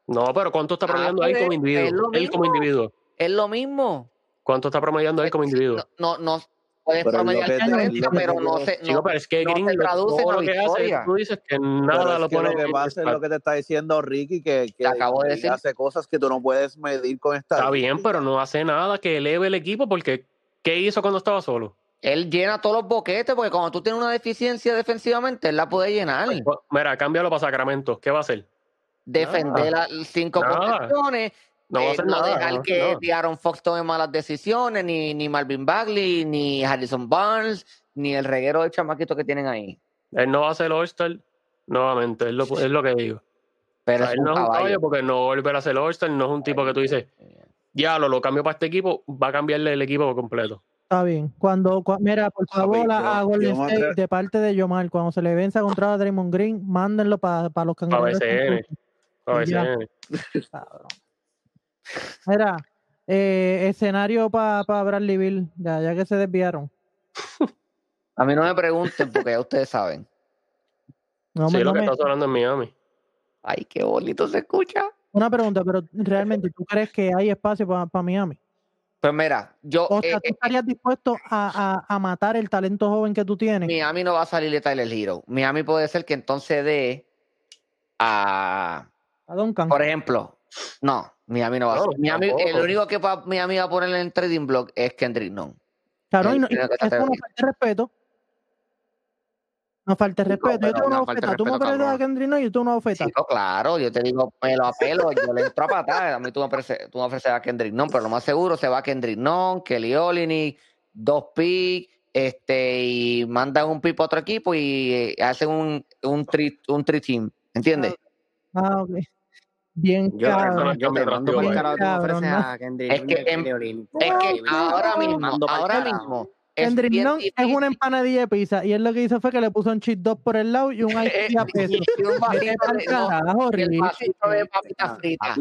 [SPEAKER 4] No, pero ¿cuánto está
[SPEAKER 3] Ah,
[SPEAKER 4] promediando
[SPEAKER 3] pues
[SPEAKER 4] él como
[SPEAKER 3] es- es
[SPEAKER 4] individuo?
[SPEAKER 3] lo
[SPEAKER 4] Él como
[SPEAKER 3] mismo.
[SPEAKER 4] individuo.
[SPEAKER 3] Es lo mismo.
[SPEAKER 4] ¿Cuánto está promediando él como individuo?
[SPEAKER 3] No, no, no puedes
[SPEAKER 5] Pero es lo
[SPEAKER 3] promediar
[SPEAKER 5] que te-
[SPEAKER 3] 40,
[SPEAKER 5] lo que
[SPEAKER 3] pero
[SPEAKER 5] te
[SPEAKER 3] no
[SPEAKER 5] quiero-
[SPEAKER 3] se,
[SPEAKER 4] Chico,
[SPEAKER 3] no,
[SPEAKER 4] pero es que
[SPEAKER 3] no
[SPEAKER 4] Green
[SPEAKER 3] se
[SPEAKER 4] lo-
[SPEAKER 3] traduce en
[SPEAKER 4] todo
[SPEAKER 3] la
[SPEAKER 4] lo que hace,
[SPEAKER 3] victoria.
[SPEAKER 4] tú dices que
[SPEAKER 5] Pero
[SPEAKER 4] nada
[SPEAKER 5] es
[SPEAKER 4] lo
[SPEAKER 5] que
[SPEAKER 4] pone
[SPEAKER 5] lo que
[SPEAKER 4] en
[SPEAKER 5] pasa es
[SPEAKER 4] stat.
[SPEAKER 5] lo que te está diciendo Ricky, que,
[SPEAKER 3] Te
[SPEAKER 5] que
[SPEAKER 3] acabo de
[SPEAKER 5] él
[SPEAKER 3] decir.
[SPEAKER 5] hace cosas que tú no puedes medir con
[SPEAKER 4] Está bien, pero
[SPEAKER 5] estadísticas.
[SPEAKER 4] no hace nada que eleve el equipo porque ¿qué hizo cuando estaba solo?
[SPEAKER 3] Él llena todos los boquetes porque cuando tú tienes una deficiencia defensivamente, él la puede llenar.
[SPEAKER 4] Pues, pues, Mira, cámbialo para Sacramento. ¿qué va a hacer?
[SPEAKER 3] Defender las cinco
[SPEAKER 4] nada.
[SPEAKER 3] contenciones,
[SPEAKER 4] No va a
[SPEAKER 3] eh,
[SPEAKER 4] hacer
[SPEAKER 3] no
[SPEAKER 4] nada.
[SPEAKER 3] dejar
[SPEAKER 4] no va a hacer
[SPEAKER 3] que
[SPEAKER 4] nada.
[SPEAKER 3] Diaron Fox tome malas decisiones, ni, ni Marvin Bagley, ni Harrison Barnes, ni el reguero de chamaquitos que tienen ahí.
[SPEAKER 4] Él no va a ser All-Star nuevamente, es lo, es lo que digo. O
[SPEAKER 3] Pero
[SPEAKER 4] sea,
[SPEAKER 3] es
[SPEAKER 4] él
[SPEAKER 3] un
[SPEAKER 4] no es un caballo
[SPEAKER 3] caballo.
[SPEAKER 4] porque no volverá a ser All-Star, no es un tipo que tú dices, ya lo, lo cambio para este equipo, va a cambiarle el equipo por completo.
[SPEAKER 1] Está bien. Cuando, cua- mira, por
[SPEAKER 5] Papi,
[SPEAKER 1] favor,
[SPEAKER 5] yo-
[SPEAKER 1] a, a Golden
[SPEAKER 5] yo me
[SPEAKER 1] State,
[SPEAKER 5] atrevo-
[SPEAKER 1] de parte de Yomar, cuando se le venza contra Draymond Green, mándenlo para los
[SPEAKER 4] A
[SPEAKER 1] cangrejos. de
[SPEAKER 4] BCN,
[SPEAKER 1] Santurce.
[SPEAKER 4] a
[SPEAKER 1] Y ya.
[SPEAKER 4] BCN.
[SPEAKER 1] Cabrón. Mira, eh, escenario para Bradley Bill, ya, ya que se desviaron.
[SPEAKER 3] A mí no me pregunten porque ya ustedes saben.
[SPEAKER 1] No, me-
[SPEAKER 4] Sí, lo
[SPEAKER 1] no
[SPEAKER 4] que
[SPEAKER 1] me,
[SPEAKER 4] está sonando en Miami.
[SPEAKER 3] Ay, qué bonito se escucha.
[SPEAKER 1] una pregunta, pero realmente, ¿tú crees que hay espacio para Miami?
[SPEAKER 3] Pues mira, yo
[SPEAKER 1] O
[SPEAKER 3] eh,
[SPEAKER 1] sea, ¿tú
[SPEAKER 3] eh,
[SPEAKER 1] estarías dispuesto a, a- a matar el talento joven que tú tienes?
[SPEAKER 3] Miami no va a salir de Tyler Hero. Miami puede ser que entonces dé a,
[SPEAKER 1] A Duncan.
[SPEAKER 3] por ejemplo, no, Miami no va a
[SPEAKER 4] No,
[SPEAKER 3] ser. Miami, el
[SPEAKER 4] tampoco.
[SPEAKER 3] único que va- Miami va a poner en trading block es Kendrick Nunn.
[SPEAKER 1] Claro, y
[SPEAKER 3] el
[SPEAKER 1] no- y
[SPEAKER 3] primero que está
[SPEAKER 1] eso es una
[SPEAKER 3] terrible.
[SPEAKER 1] falta de respeto. Una falta de
[SPEAKER 3] Chico,
[SPEAKER 1] respeto. Yo
[SPEAKER 3] pero
[SPEAKER 1] tengo una
[SPEAKER 3] una falta de
[SPEAKER 1] bofeta. Tú me
[SPEAKER 3] respeto,
[SPEAKER 1] ofreces a
[SPEAKER 3] cabrón.
[SPEAKER 1] Kendrick Nunn y yo tengo una bofeta.
[SPEAKER 3] Chico, claro, yo te digo pelo a pelo, yo le entro a patada. A mí tú me ofreces, tú me ofreces a Kendrick Nunn, pero lo más seguro se va Kendrick Nunn, Kelly Olynyk, dos picks, este, y mandan un pick a otro equipo y eh, hacen un, un, tri, un tri team, ¿entiendes?
[SPEAKER 1] Ah, ok. Bien
[SPEAKER 2] Yo, te,
[SPEAKER 4] Eso no
[SPEAKER 1] cabrón.
[SPEAKER 4] es
[SPEAKER 2] yo
[SPEAKER 4] cambio
[SPEAKER 2] te mando
[SPEAKER 4] atractivo
[SPEAKER 2] para el
[SPEAKER 4] para
[SPEAKER 1] Bien
[SPEAKER 2] carajo,
[SPEAKER 4] ellos.
[SPEAKER 2] tú me
[SPEAKER 1] cabrón,
[SPEAKER 2] ofreces
[SPEAKER 1] ¿no?
[SPEAKER 2] a Kendrick
[SPEAKER 3] Es
[SPEAKER 2] Nunn
[SPEAKER 3] que
[SPEAKER 2] y a
[SPEAKER 3] en-
[SPEAKER 2] Kelly Olynyk.
[SPEAKER 3] Es
[SPEAKER 2] Para
[SPEAKER 3] que
[SPEAKER 2] mí,
[SPEAKER 3] ahora
[SPEAKER 2] te
[SPEAKER 3] mismo,
[SPEAKER 2] mando para el
[SPEAKER 3] ahora
[SPEAKER 2] carajo.
[SPEAKER 3] mismo, es
[SPEAKER 1] Kendrick
[SPEAKER 3] bien
[SPEAKER 1] Nunn es una
[SPEAKER 3] difícil.
[SPEAKER 1] empanadilla de pizza y él lo que hizo fue que le puso un cheat dog por el lado y un ice
[SPEAKER 3] eh,
[SPEAKER 1] tea a
[SPEAKER 3] y,
[SPEAKER 1] peso.
[SPEAKER 3] y un
[SPEAKER 1] Vete
[SPEAKER 3] vasito
[SPEAKER 1] pa'l
[SPEAKER 3] de no,
[SPEAKER 1] carajo,
[SPEAKER 3] y el
[SPEAKER 1] Ricky.
[SPEAKER 3] vasito de papitas fritas.
[SPEAKER 2] Papi,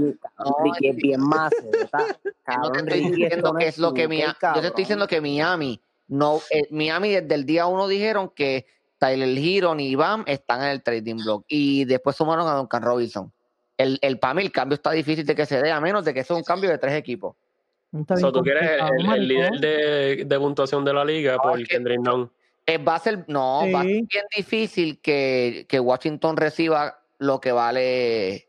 [SPEAKER 3] No,
[SPEAKER 2] Ricky es
[SPEAKER 3] chico,
[SPEAKER 2] bien maceta.
[SPEAKER 3] ah. que no te
[SPEAKER 2] Cabrón,
[SPEAKER 3] estoy
[SPEAKER 2] Ricky, esto
[SPEAKER 3] diciendo
[SPEAKER 2] no
[SPEAKER 3] que
[SPEAKER 2] es
[SPEAKER 3] es lo que
[SPEAKER 2] snooker,
[SPEAKER 3] Miami. Yo te estoy diciendo
[SPEAKER 2] cabrón.
[SPEAKER 3] que Miami no, eh, Miami desde el día uno dijeron que Tyler Hiron y Bam están en el trading block y después sumaron a Duncan Robinson. El, el para mí el cambio está difícil de que se dé a menos de que sea un cambio de tres equipos.
[SPEAKER 1] Está bien
[SPEAKER 4] So, tú quieres
[SPEAKER 1] complicado,
[SPEAKER 4] el, el líder
[SPEAKER 1] maricón.
[SPEAKER 4] de, de puntuación de la liga
[SPEAKER 3] No,
[SPEAKER 4] por
[SPEAKER 3] es que
[SPEAKER 4] Kendrick Nunn.
[SPEAKER 3] Eh, va a ser, no, va a ser
[SPEAKER 1] Sí,
[SPEAKER 3] bien difícil que, que Washington reciba lo que vale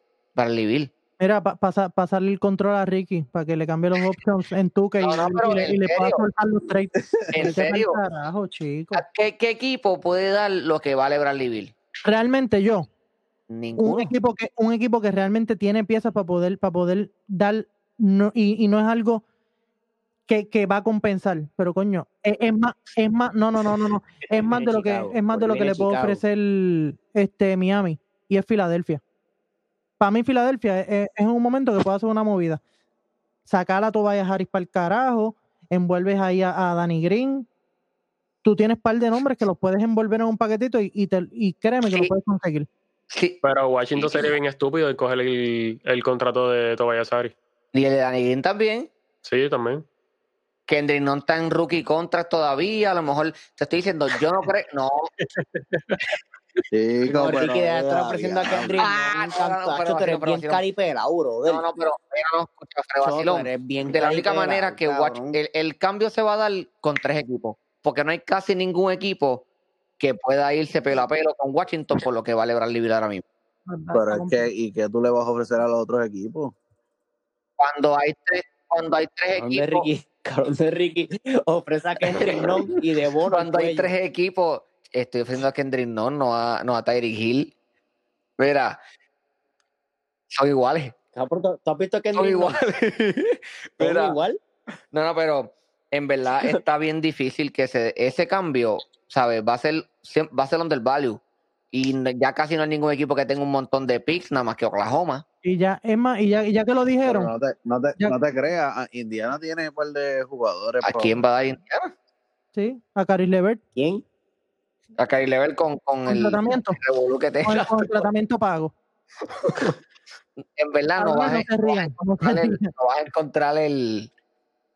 [SPEAKER 3] Bradley Bill.
[SPEAKER 1] mira, pa- pasa- pasarle el control a Ricky para que le cambie los options en Tuca y,
[SPEAKER 3] No, no,
[SPEAKER 1] y
[SPEAKER 3] pero
[SPEAKER 1] le,
[SPEAKER 3] en
[SPEAKER 1] y le pueda
[SPEAKER 3] serio,
[SPEAKER 1] soltar los trades.
[SPEAKER 3] en
[SPEAKER 1] Vete pa'l
[SPEAKER 3] serio. Ah,
[SPEAKER 1] carajo, chico.
[SPEAKER 3] ¿Qué, qué equipo puede dar lo que vale Bradley Bill?
[SPEAKER 1] Realmente yo, un
[SPEAKER 3] Ninguno.
[SPEAKER 1] equipo que un equipo que realmente tiene piezas para poder para poder dar no, y, y no es algo que, que va a compensar pero coño es, es más es más no no no no no es más
[SPEAKER 2] Viene
[SPEAKER 1] de lo que
[SPEAKER 2] Chicago,
[SPEAKER 1] es más
[SPEAKER 2] pues
[SPEAKER 1] de lo que
[SPEAKER 2] viene
[SPEAKER 1] le puedo
[SPEAKER 2] Chicago.
[SPEAKER 1] ofrecer este Miami y es Filadelfia para mí Filadelfia es, es un momento que puedo hacer una movida sacar a Tobias Harris para el carajo envuelves ahí a, a Danny Green tú tienes par de nombres que los puedes envolver en un paquetito y, y te- y créeme que lo
[SPEAKER 3] Sí,
[SPEAKER 1] puedes conseguir
[SPEAKER 3] sí.
[SPEAKER 4] Pero Washington sería bien estúpido en coger el, el contrato de Tobias Harris.
[SPEAKER 3] Y el de Danny Green también.
[SPEAKER 4] Sí, también.
[SPEAKER 3] Kendrick no está en rookie contract todavía. A lo mejor te estoy diciendo, yo no creo. No,
[SPEAKER 5] Chico,
[SPEAKER 2] No,
[SPEAKER 5] pero
[SPEAKER 2] Ricky, deja de estar
[SPEAKER 5] eh,
[SPEAKER 2] ofreciendo a
[SPEAKER 5] diablo.
[SPEAKER 2] Kendrick
[SPEAKER 3] Ah,
[SPEAKER 2] Nunn,
[SPEAKER 3] no, no, no,
[SPEAKER 2] cantacho,
[SPEAKER 3] pero
[SPEAKER 2] tú
[SPEAKER 3] vacilo,
[SPEAKER 2] eres
[SPEAKER 3] pero
[SPEAKER 2] bien
[SPEAKER 3] vacilo.
[SPEAKER 2] caripelado,
[SPEAKER 3] No,
[SPEAKER 2] brother.
[SPEAKER 3] no, pero no, escucha, pero
[SPEAKER 2] Cho, tú
[SPEAKER 3] vacilón.
[SPEAKER 2] eres bien
[SPEAKER 3] De la única manera
[SPEAKER 2] caripelado,
[SPEAKER 3] que este Watch,
[SPEAKER 2] cabrón.
[SPEAKER 3] el, el cambio se va a dar con tres equipos, porque no hay casi ningún equipo que pueda irse pelo a pelo con Washington por lo que vale Bradley Beal ahora mismo.
[SPEAKER 1] Está-
[SPEAKER 5] Pero
[SPEAKER 1] está
[SPEAKER 5] es
[SPEAKER 1] complicado.
[SPEAKER 5] que, ¿y qué tú le vas a ofrecer a los otros equipos?
[SPEAKER 3] Cuando hay tres, cuando hay tres
[SPEAKER 2] Cabrón de
[SPEAKER 3] equipos,
[SPEAKER 2] Ricky, cabrón de Ricky, ofrece a Kendrick Nunn y de bono el
[SPEAKER 3] cuando hay
[SPEAKER 2] cuello.
[SPEAKER 3] tres equipos, estoy ofreciendo a Kendrick no, no a, no a Tyreek Hill. Mira, son iguales,
[SPEAKER 2] Cabrón, ¿tú tú has visto a
[SPEAKER 3] son
[SPEAKER 2] Kendrick Nunn?
[SPEAKER 3] iguales.
[SPEAKER 2] Son
[SPEAKER 3] Mira,
[SPEAKER 2] igual.
[SPEAKER 3] No, no, pero en verdad está bien difícil que se ese cambio ¿sabes? Va a ser, siem- va a ser undervalue. Y n- ya casi no hay ningún equipo que tenga un montón de picks, nada más que Oklahoma.
[SPEAKER 1] Y ya, es más, y ya, y ya que lo
[SPEAKER 5] Pero
[SPEAKER 1] dijeron,
[SPEAKER 5] no te, no, te,
[SPEAKER 1] Ya-
[SPEAKER 5] no te creas, ah, Indiana tiene un par de jugadores.
[SPEAKER 3] ¿A
[SPEAKER 5] pa-
[SPEAKER 3] quién va a dar Indiana?
[SPEAKER 1] sí, a Caris Levert,
[SPEAKER 2] ¿Quién?
[SPEAKER 3] A Kyrie Level con, con
[SPEAKER 1] con
[SPEAKER 3] el
[SPEAKER 1] tratamiento,
[SPEAKER 3] revolú que
[SPEAKER 1] con,
[SPEAKER 3] tenga.
[SPEAKER 1] con tratamiento pago.
[SPEAKER 3] En verdad no
[SPEAKER 1] Cabrones,
[SPEAKER 3] vas,
[SPEAKER 1] no se
[SPEAKER 3] a- no vas a
[SPEAKER 1] rían, no se
[SPEAKER 3] encontrar el,
[SPEAKER 1] rían.
[SPEAKER 3] no vas a encontrar el,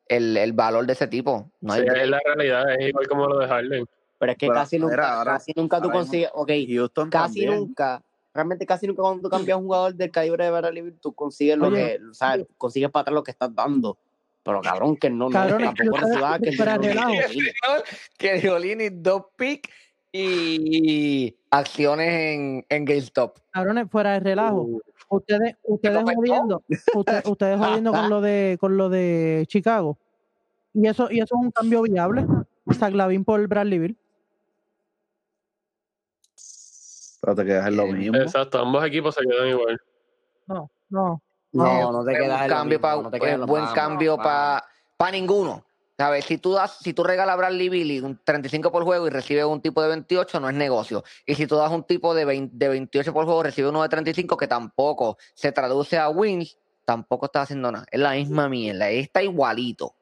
[SPEAKER 3] el, el valor de ese tipo. No hay
[SPEAKER 4] Sí,
[SPEAKER 3] break.
[SPEAKER 4] es la realidad, es igual como lo de Harden.
[SPEAKER 2] Pero es que
[SPEAKER 5] Pero,
[SPEAKER 2] casi nunca,
[SPEAKER 5] mira, ahora-
[SPEAKER 2] casi nunca tú
[SPEAKER 5] ahora mismo-
[SPEAKER 2] consigues, ok,
[SPEAKER 5] Houston
[SPEAKER 2] casi
[SPEAKER 5] también.
[SPEAKER 2] nunca, realmente casi nunca cuando tú cambias un jugador del calibre de Barry tú consigues lo
[SPEAKER 1] Oye,
[SPEAKER 2] que, o sea, consigues para atrás lo que estás dando. Pero cabrón, que no, no,
[SPEAKER 1] Cabrón, es que
[SPEAKER 2] tampoco
[SPEAKER 1] ustedes-
[SPEAKER 2] recibas que
[SPEAKER 1] fuera de lado.
[SPEAKER 3] señor, que Diolini dos picks y acciones en, en GameStop.
[SPEAKER 1] cabrones, fuera de relajo.
[SPEAKER 2] Uh,
[SPEAKER 1] Ustedes, ustedes
[SPEAKER 3] comentó?
[SPEAKER 1] jodiendo, usted- ustedes jodiendo con lo de, con lo de Chicago. Y eso, y eso es un cambio viable. Saglavín por Bradley Bill.
[SPEAKER 5] Pero te quedas en lo
[SPEAKER 3] Eh,
[SPEAKER 5] mismo.
[SPEAKER 4] Exacto, ambos equipos se quedan igual.
[SPEAKER 1] No, no.
[SPEAKER 2] No, no te
[SPEAKER 3] Es
[SPEAKER 2] quedas
[SPEAKER 3] un
[SPEAKER 2] en lo
[SPEAKER 3] cambio
[SPEAKER 2] mismo,
[SPEAKER 3] pa- pues
[SPEAKER 2] no te quedas
[SPEAKER 3] es
[SPEAKER 2] en lo
[SPEAKER 3] buen
[SPEAKER 2] vamos,
[SPEAKER 3] cambio
[SPEAKER 2] vamos.
[SPEAKER 3] para ninguno. ¿Sabes? Si tú das, si tú regalas a Bradley Billy un 35 por juego y recibes un tipo de 28, no es negocio. Y si tú das un tipo de, 20 de 28 por juego, recibes uno de 35 que tampoco se traduce a wins, tampoco estás haciendo nada. Es la misma mierda, está igualito.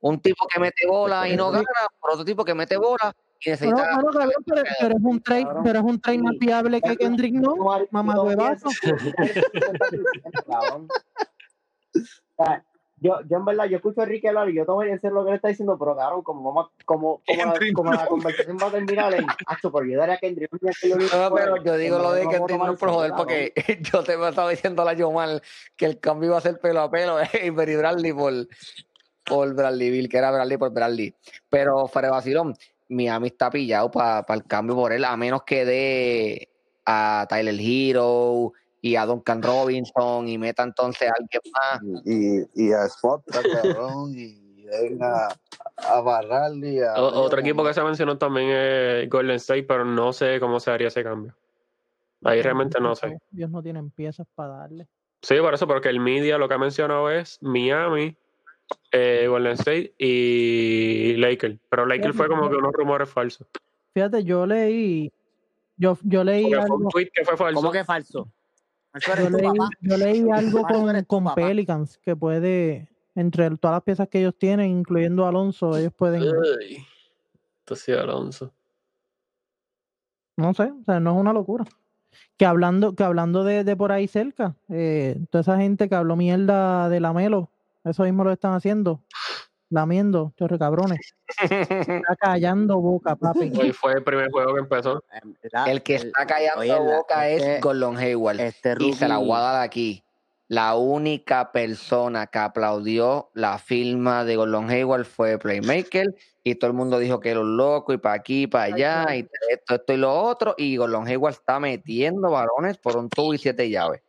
[SPEAKER 3] Un tipo que mete bola y no gana, por otro tipo que mete bola
[SPEAKER 1] No,
[SPEAKER 3] y necesita.
[SPEAKER 1] no, no, cabrón, pero, pero es un trade,
[SPEAKER 2] Cabrón.
[SPEAKER 1] pero es un trade más
[SPEAKER 2] Sí.
[SPEAKER 1] viable que Kendrick no,
[SPEAKER 2] Mario,
[SPEAKER 1] mamá
[SPEAKER 2] yo
[SPEAKER 1] huevazo.
[SPEAKER 2] pienso- Cabrón. O sea, Yo, yo en verdad, yo escucho a Enrique hablar y yo tomo en serio lo que le está diciendo, pero cabrón, como, vamos a- como, como, la,
[SPEAKER 6] Kendrick
[SPEAKER 2] como la
[SPEAKER 6] Nunn.
[SPEAKER 2] conversación va a terminar en Hacho, por ayudar a Kendrick. Nunn, que lo único
[SPEAKER 3] No,
[SPEAKER 2] fue,
[SPEAKER 3] pero yo digo
[SPEAKER 2] en
[SPEAKER 3] lo
[SPEAKER 2] verdad,
[SPEAKER 3] de
[SPEAKER 2] no
[SPEAKER 3] que
[SPEAKER 2] puedo
[SPEAKER 3] Kendrick
[SPEAKER 2] tomar
[SPEAKER 3] no
[SPEAKER 2] en
[SPEAKER 3] por
[SPEAKER 2] serio,
[SPEAKER 3] joder,
[SPEAKER 2] cabrón.
[SPEAKER 3] porque yo te me estaba diciendo a la Yomal que el cambio iba a ser pelo a pelo eh, y Berry Bradley por, por Bradley Bill, que era Bradley por Bradley. Pero fuera de vacilón, Miami está pillado para el cambio por él, a menos que dé a Tyler Hero y a Duncan
[SPEAKER 2] Ah.
[SPEAKER 3] Robinson y meta entonces a alguien más.
[SPEAKER 5] Y, y a Spot, cabrón, y deben a, a Barraldi.
[SPEAKER 2] Ah,
[SPEAKER 5] A
[SPEAKER 4] O- otro equipo que se mencionó también es Golden State, pero no sé cómo se haría ese cambio. Ahí realmente no sé.
[SPEAKER 1] Ellos no tienen piezas para darle.
[SPEAKER 4] Sí, por eso, porque el media lo que ha mencionado es Miami, eh, Golden State y Lakers. Pero Lakers fue como que unos rumores falsos.
[SPEAKER 1] Fíjate, yo leí, yo, yo leí
[SPEAKER 4] Porque fue un
[SPEAKER 1] algo,
[SPEAKER 4] tweet que fue falso.
[SPEAKER 2] ¿Cómo que falso? Eso
[SPEAKER 1] yo
[SPEAKER 2] eres tú,
[SPEAKER 1] leí,
[SPEAKER 2] papá.
[SPEAKER 1] yo leí algo
[SPEAKER 2] Ahora tú
[SPEAKER 1] con,
[SPEAKER 2] eres tú,
[SPEAKER 1] con
[SPEAKER 2] papá.
[SPEAKER 1] Pelicans que puede, entre todas las piezas que ellos tienen, incluyendo a Alonso, ellos pueden,
[SPEAKER 4] Ey, esto sí, Alonso.
[SPEAKER 1] no sé, o sea, no es una locura. Que hablando, que hablando de, de por ahí cerca, eh, toda esa gente que habló mierda de Lamelo, eso mismo lo están haciendo, lamiendo, chorre cabrones. Está callando boca, papi.
[SPEAKER 4] Hoy fue el primer juego que empezó.
[SPEAKER 2] En verdad,
[SPEAKER 3] El
[SPEAKER 2] Ah,
[SPEAKER 3] que
[SPEAKER 2] el-
[SPEAKER 3] está callando
[SPEAKER 2] oye, la-
[SPEAKER 3] boca
[SPEAKER 2] este-
[SPEAKER 3] es Gordon Hayward.
[SPEAKER 2] Este
[SPEAKER 3] Y se la voy a
[SPEAKER 2] rookie,
[SPEAKER 3] dar aquí. La única persona que aplaudió la firma de Gordon Hayward fue Playmaker. Y todo el mundo dijo que era un loco y para aquí, y para allá, y esto, esto y lo otro. Y Gordon Hayward está metiendo varones por un tubo y siete llaves.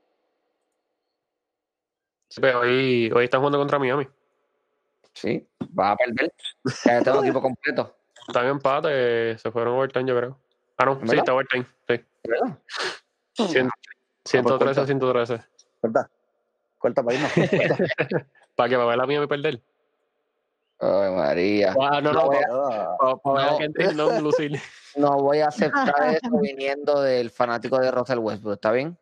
[SPEAKER 4] Sí, pero hoy, hoy están jugando contra Miami.
[SPEAKER 3] Sí, va a perder. Ya tengo el equipo completo.
[SPEAKER 4] Están en empate, se fueron a overtime, yo creo. Ah, no, sí,
[SPEAKER 3] ¿Verdad?
[SPEAKER 4] está overtime. Sí.
[SPEAKER 3] ¿Verdad? Ah, pues,
[SPEAKER 4] Cien- 113 a 113.
[SPEAKER 5] Corta, corta para irnos. corta.
[SPEAKER 4] Para que me vaya la Miami perder.
[SPEAKER 3] Ay, María.
[SPEAKER 4] Ah, no, no,
[SPEAKER 3] No,
[SPEAKER 4] para
[SPEAKER 5] Ah,
[SPEAKER 4] ver
[SPEAKER 3] No.
[SPEAKER 4] a Kendrick no lucir.
[SPEAKER 3] No voy a aceptar eso viniendo del fanático de Russell Westbrook, ¿está bien?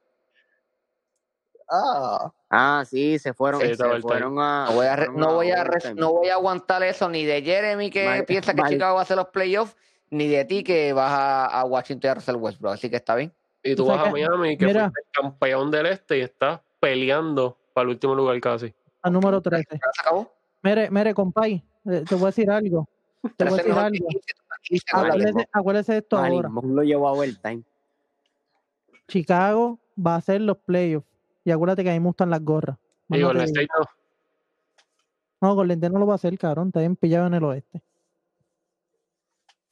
[SPEAKER 5] ah.
[SPEAKER 2] Ah, sí, se fueron,
[SPEAKER 4] Sí, estaba
[SPEAKER 2] se
[SPEAKER 4] el
[SPEAKER 2] fueron a.
[SPEAKER 3] No voy a,
[SPEAKER 2] se
[SPEAKER 3] re-
[SPEAKER 2] fueron
[SPEAKER 3] no voy a, res-
[SPEAKER 2] overtime.
[SPEAKER 3] no voy a aguantar eso ni de Jeremy que
[SPEAKER 2] Mal-
[SPEAKER 3] piensa que
[SPEAKER 2] mal-
[SPEAKER 3] Chicago va a hacer los playoffs, ni de ti que vas a, a Washington y a Russell Westbrook. Así que está bien.
[SPEAKER 4] Y tú
[SPEAKER 1] O sea
[SPEAKER 4] vas a
[SPEAKER 1] que-
[SPEAKER 4] Miami, que
[SPEAKER 1] mira.
[SPEAKER 4] fuiste el campeón del este y estás peleando para el último lugar casi.
[SPEAKER 1] Al número 13.
[SPEAKER 3] Ya se acabó.
[SPEAKER 1] Mire, mire, compay, eh, te voy a decir algo. Te voy a
[SPEAKER 3] 13
[SPEAKER 1] decir
[SPEAKER 3] mejor que
[SPEAKER 1] algo.
[SPEAKER 3] 15, tú estás 15 con la
[SPEAKER 2] Háblale.
[SPEAKER 1] Acuérdese, acuérdese de esto ahora.
[SPEAKER 2] Malimón lo llevó a overtime.
[SPEAKER 1] Chicago va a hacer los playoffs. Y acuérdate que a mí me gustan las gorras. Más
[SPEAKER 4] Y
[SPEAKER 1] no,
[SPEAKER 4] Golden
[SPEAKER 1] te digo.
[SPEAKER 4] State no.
[SPEAKER 1] No, Golden State no lo va a hacer, cabrón. Está bien pillado en el oeste.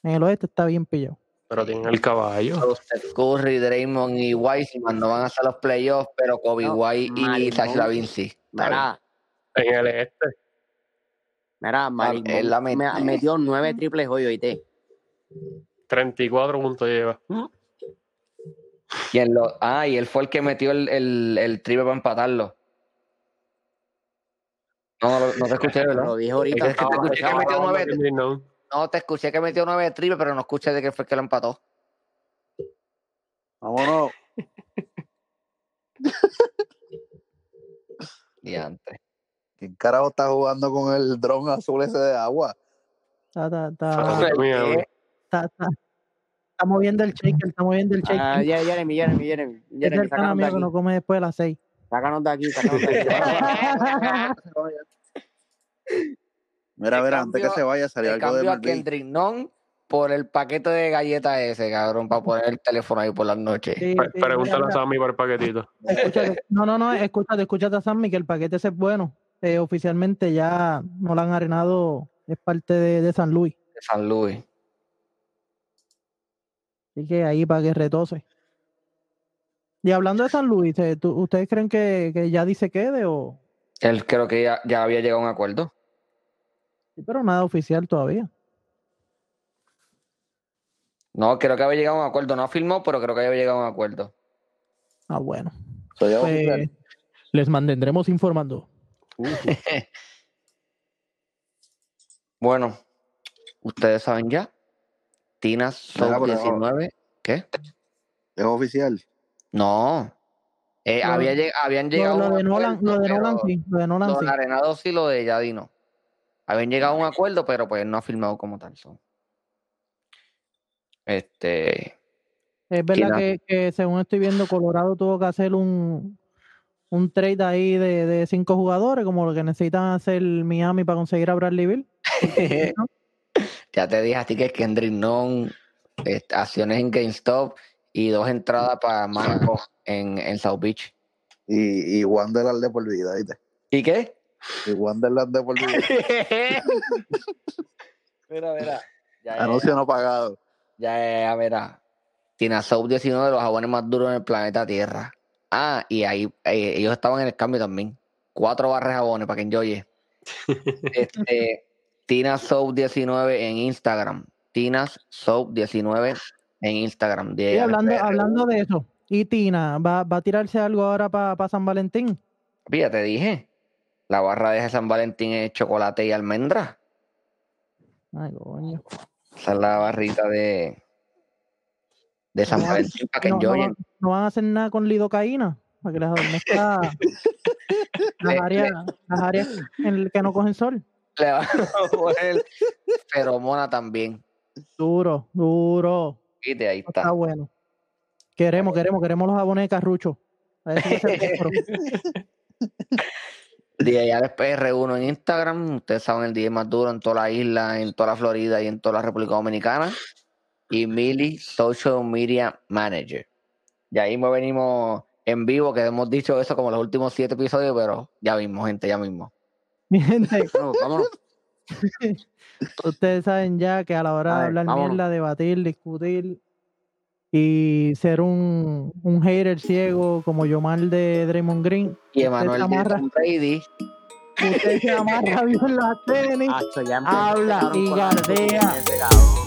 [SPEAKER 1] En el oeste está bien pillado.
[SPEAKER 4] Pero tienen el caballo.
[SPEAKER 3] Los Steph Curry, Draymond y Wiseman no van a hacer los playoffs, pero Kobe
[SPEAKER 2] No,
[SPEAKER 3] White y
[SPEAKER 2] Malimón.
[SPEAKER 3] Sasha Vinci. Está bien.
[SPEAKER 2] Mira,
[SPEAKER 4] En el este.
[SPEAKER 2] mira, Malimón
[SPEAKER 3] él la metió.
[SPEAKER 2] me metió nueve triples hoy, oíste.
[SPEAKER 4] 34 puntos lleva.
[SPEAKER 3] Y él lo- ah, y él fue el que metió el, el, el triple para empatarlo. No, no, no te escuché, ¿verdad?
[SPEAKER 2] Lo dije
[SPEAKER 3] Es
[SPEAKER 2] ahorita.
[SPEAKER 3] que te
[SPEAKER 2] estaba
[SPEAKER 3] escuché que
[SPEAKER 2] escuchando.
[SPEAKER 3] metió
[SPEAKER 4] hablando
[SPEAKER 3] nueve-
[SPEAKER 4] de Kendrick Nunn.
[SPEAKER 3] No, te escuché que metió nueve triples, pero no escuché de que fue que lo empató.
[SPEAKER 5] Vámonos.
[SPEAKER 3] Y antes.
[SPEAKER 5] ¿Quién carajo está jugando con el dron azul ese de agua?
[SPEAKER 1] Está, está,
[SPEAKER 4] Fatal.
[SPEAKER 1] está,
[SPEAKER 4] Miami.
[SPEAKER 1] está, está- está moviendo el shaker, está moviendo el shaker.
[SPEAKER 2] Ah, Jeremy, Jeremy, Jeremy, Jeremy,
[SPEAKER 1] Ese es
[SPEAKER 2] Jeremy,
[SPEAKER 1] el pana
[SPEAKER 2] sácanos de
[SPEAKER 1] mío que
[SPEAKER 2] aquí.
[SPEAKER 1] no come después de las seis.
[SPEAKER 2] Sácanos de aquí, sácanos de aquí.
[SPEAKER 5] Mira,
[SPEAKER 3] El
[SPEAKER 5] mira, antes que
[SPEAKER 3] cambio-
[SPEAKER 5] se vaya salió
[SPEAKER 3] El
[SPEAKER 5] algo de
[SPEAKER 3] cambio a
[SPEAKER 5] MLB.
[SPEAKER 3] Kendrick Nunn por el paquete de galletas ese, cabrón, para poner el teléfono ahí por las noches.
[SPEAKER 1] Sí,
[SPEAKER 4] Pre-
[SPEAKER 1] sí,
[SPEAKER 4] Pregúntale a
[SPEAKER 1] mira,
[SPEAKER 4] Sammy por el paquetito.
[SPEAKER 1] mira, escúchate. No, no, no, escúchate, escúchate a Sammy que el paquete ese es bueno. Eh, oficialmente ya no lo han arenado, es parte de, de San Luis.
[SPEAKER 3] de San Luis.
[SPEAKER 1] Así que ahí para que retose. Y hablando de San Luis, eh, ¿tú- ¿ustedes creen que, que ya dice quede o...?
[SPEAKER 3] Él creo que ya, ya había llegado a un acuerdo.
[SPEAKER 1] Sí, Pero nada oficial todavía.
[SPEAKER 3] No, creo que había llegado a un acuerdo. No firmó, pero creo que había llegado a un acuerdo.
[SPEAKER 1] Ah, bueno.
[SPEAKER 5] Soy yo,
[SPEAKER 1] Pues,
[SPEAKER 5] oficial. Uh,
[SPEAKER 1] les mantendremos informando.
[SPEAKER 3] Bueno, ustedes saben ya. Tina Sub
[SPEAKER 5] Mira, pero-
[SPEAKER 3] 19. ¿Qué?
[SPEAKER 5] Es oficial.
[SPEAKER 3] No. Eh,
[SPEAKER 1] Lo-
[SPEAKER 3] había lleg- habían llegado
[SPEAKER 1] Lo,
[SPEAKER 3] a
[SPEAKER 1] lo
[SPEAKER 3] un
[SPEAKER 1] de Nolan,
[SPEAKER 3] acuerdo,
[SPEAKER 1] lo de
[SPEAKER 3] pero
[SPEAKER 1] Nolan sí, lo de Nolan
[SPEAKER 3] lo
[SPEAKER 1] sí.
[SPEAKER 3] de Arenado sí, lo de Yadi no. Habían llegado a un acuerdo, pero pues no ha firmado como tal. so. Este.
[SPEAKER 1] Es verdad
[SPEAKER 3] Quina-
[SPEAKER 1] que, que según estoy viendo, Colorado tuvo que hacer un, un trade ahí de, de cinco jugadores, como lo que necesitan hacer Miami para conseguir a Bradley Bill.
[SPEAKER 3] ya te dije a ti que Kendrick Non, este, acciones en GameStop y dos entradas para Manco en, en South Beach.
[SPEAKER 5] Y, y Wanderland de por vida, ¿viste?
[SPEAKER 3] ¿Y qué?
[SPEAKER 5] Y Wanderland de por vida.
[SPEAKER 3] mira, mira. Ya,
[SPEAKER 1] Ah,
[SPEAKER 3] ya,
[SPEAKER 5] Anuncio no pagado.
[SPEAKER 3] ya, ya, ya, mira. Tina South 19 de los jabones más duros en el planeta Tierra. Ah, y ahí eh, ellos estaban en el cambio también. Cuatro barras de jabones para que enjoye. Este, Tina Soap 19 en Instagram. Tinas Soap 19 en Instagram.
[SPEAKER 1] Y hablando,
[SPEAKER 3] DRPR.
[SPEAKER 1] hablando de eso, y Tina, ¿va, va a tirarse algo ahora para San Valentín?
[SPEAKER 3] Papi, ya te dije. La barra de San Valentín es chocolate y almendra.
[SPEAKER 1] Ay, coño.
[SPEAKER 3] Esa es la barrita de, de San
[SPEAKER 1] No,
[SPEAKER 3] Valentín para que
[SPEAKER 1] No, no
[SPEAKER 3] enjoyen.
[SPEAKER 1] van- no van a hacer nada con lidocaína, para que les adormezca las
[SPEAKER 3] Le-
[SPEAKER 1] áreas, las áreas en las que no cogen sol.
[SPEAKER 3] Le van a poner feromona también.
[SPEAKER 1] Duro, duro.
[SPEAKER 3] Y de ahí
[SPEAKER 1] Está,
[SPEAKER 3] está.
[SPEAKER 1] bueno. Queremos, queremos, queremos los jabones de carrucho. A ver si se compro.
[SPEAKER 3] DJR PR1 en Instagram. Ustedes saben el día más duro en toda la isla, en toda la Florida y en toda la República Dominicana. Y Mili, Social Media Manager. Y ahí me venimos en vivo, que hemos dicho eso como los últimos siete episodios, pero ya mismo, gente, ya mismo.
[SPEAKER 1] Mi gente,
[SPEAKER 3] Vámonos, vámonos.
[SPEAKER 1] ustedes saben ya que a la hora de
[SPEAKER 3] Ay,
[SPEAKER 1] hablar
[SPEAKER 3] vámonos.
[SPEAKER 1] mierda, debatir, discutir y ser un, un hater ciego como Yomar de Draymond Green,
[SPEAKER 3] Y
[SPEAKER 1] usted se
[SPEAKER 3] Emanuel de
[SPEAKER 1] amarra,
[SPEAKER 3] Tom Brady.
[SPEAKER 1] usted se amarra bien las tenis,
[SPEAKER 2] Hacho, Ah, ya
[SPEAKER 1] Habla
[SPEAKER 2] empezaron
[SPEAKER 1] y
[SPEAKER 2] con la
[SPEAKER 1] gardea.
[SPEAKER 2] estupidez, cabrón.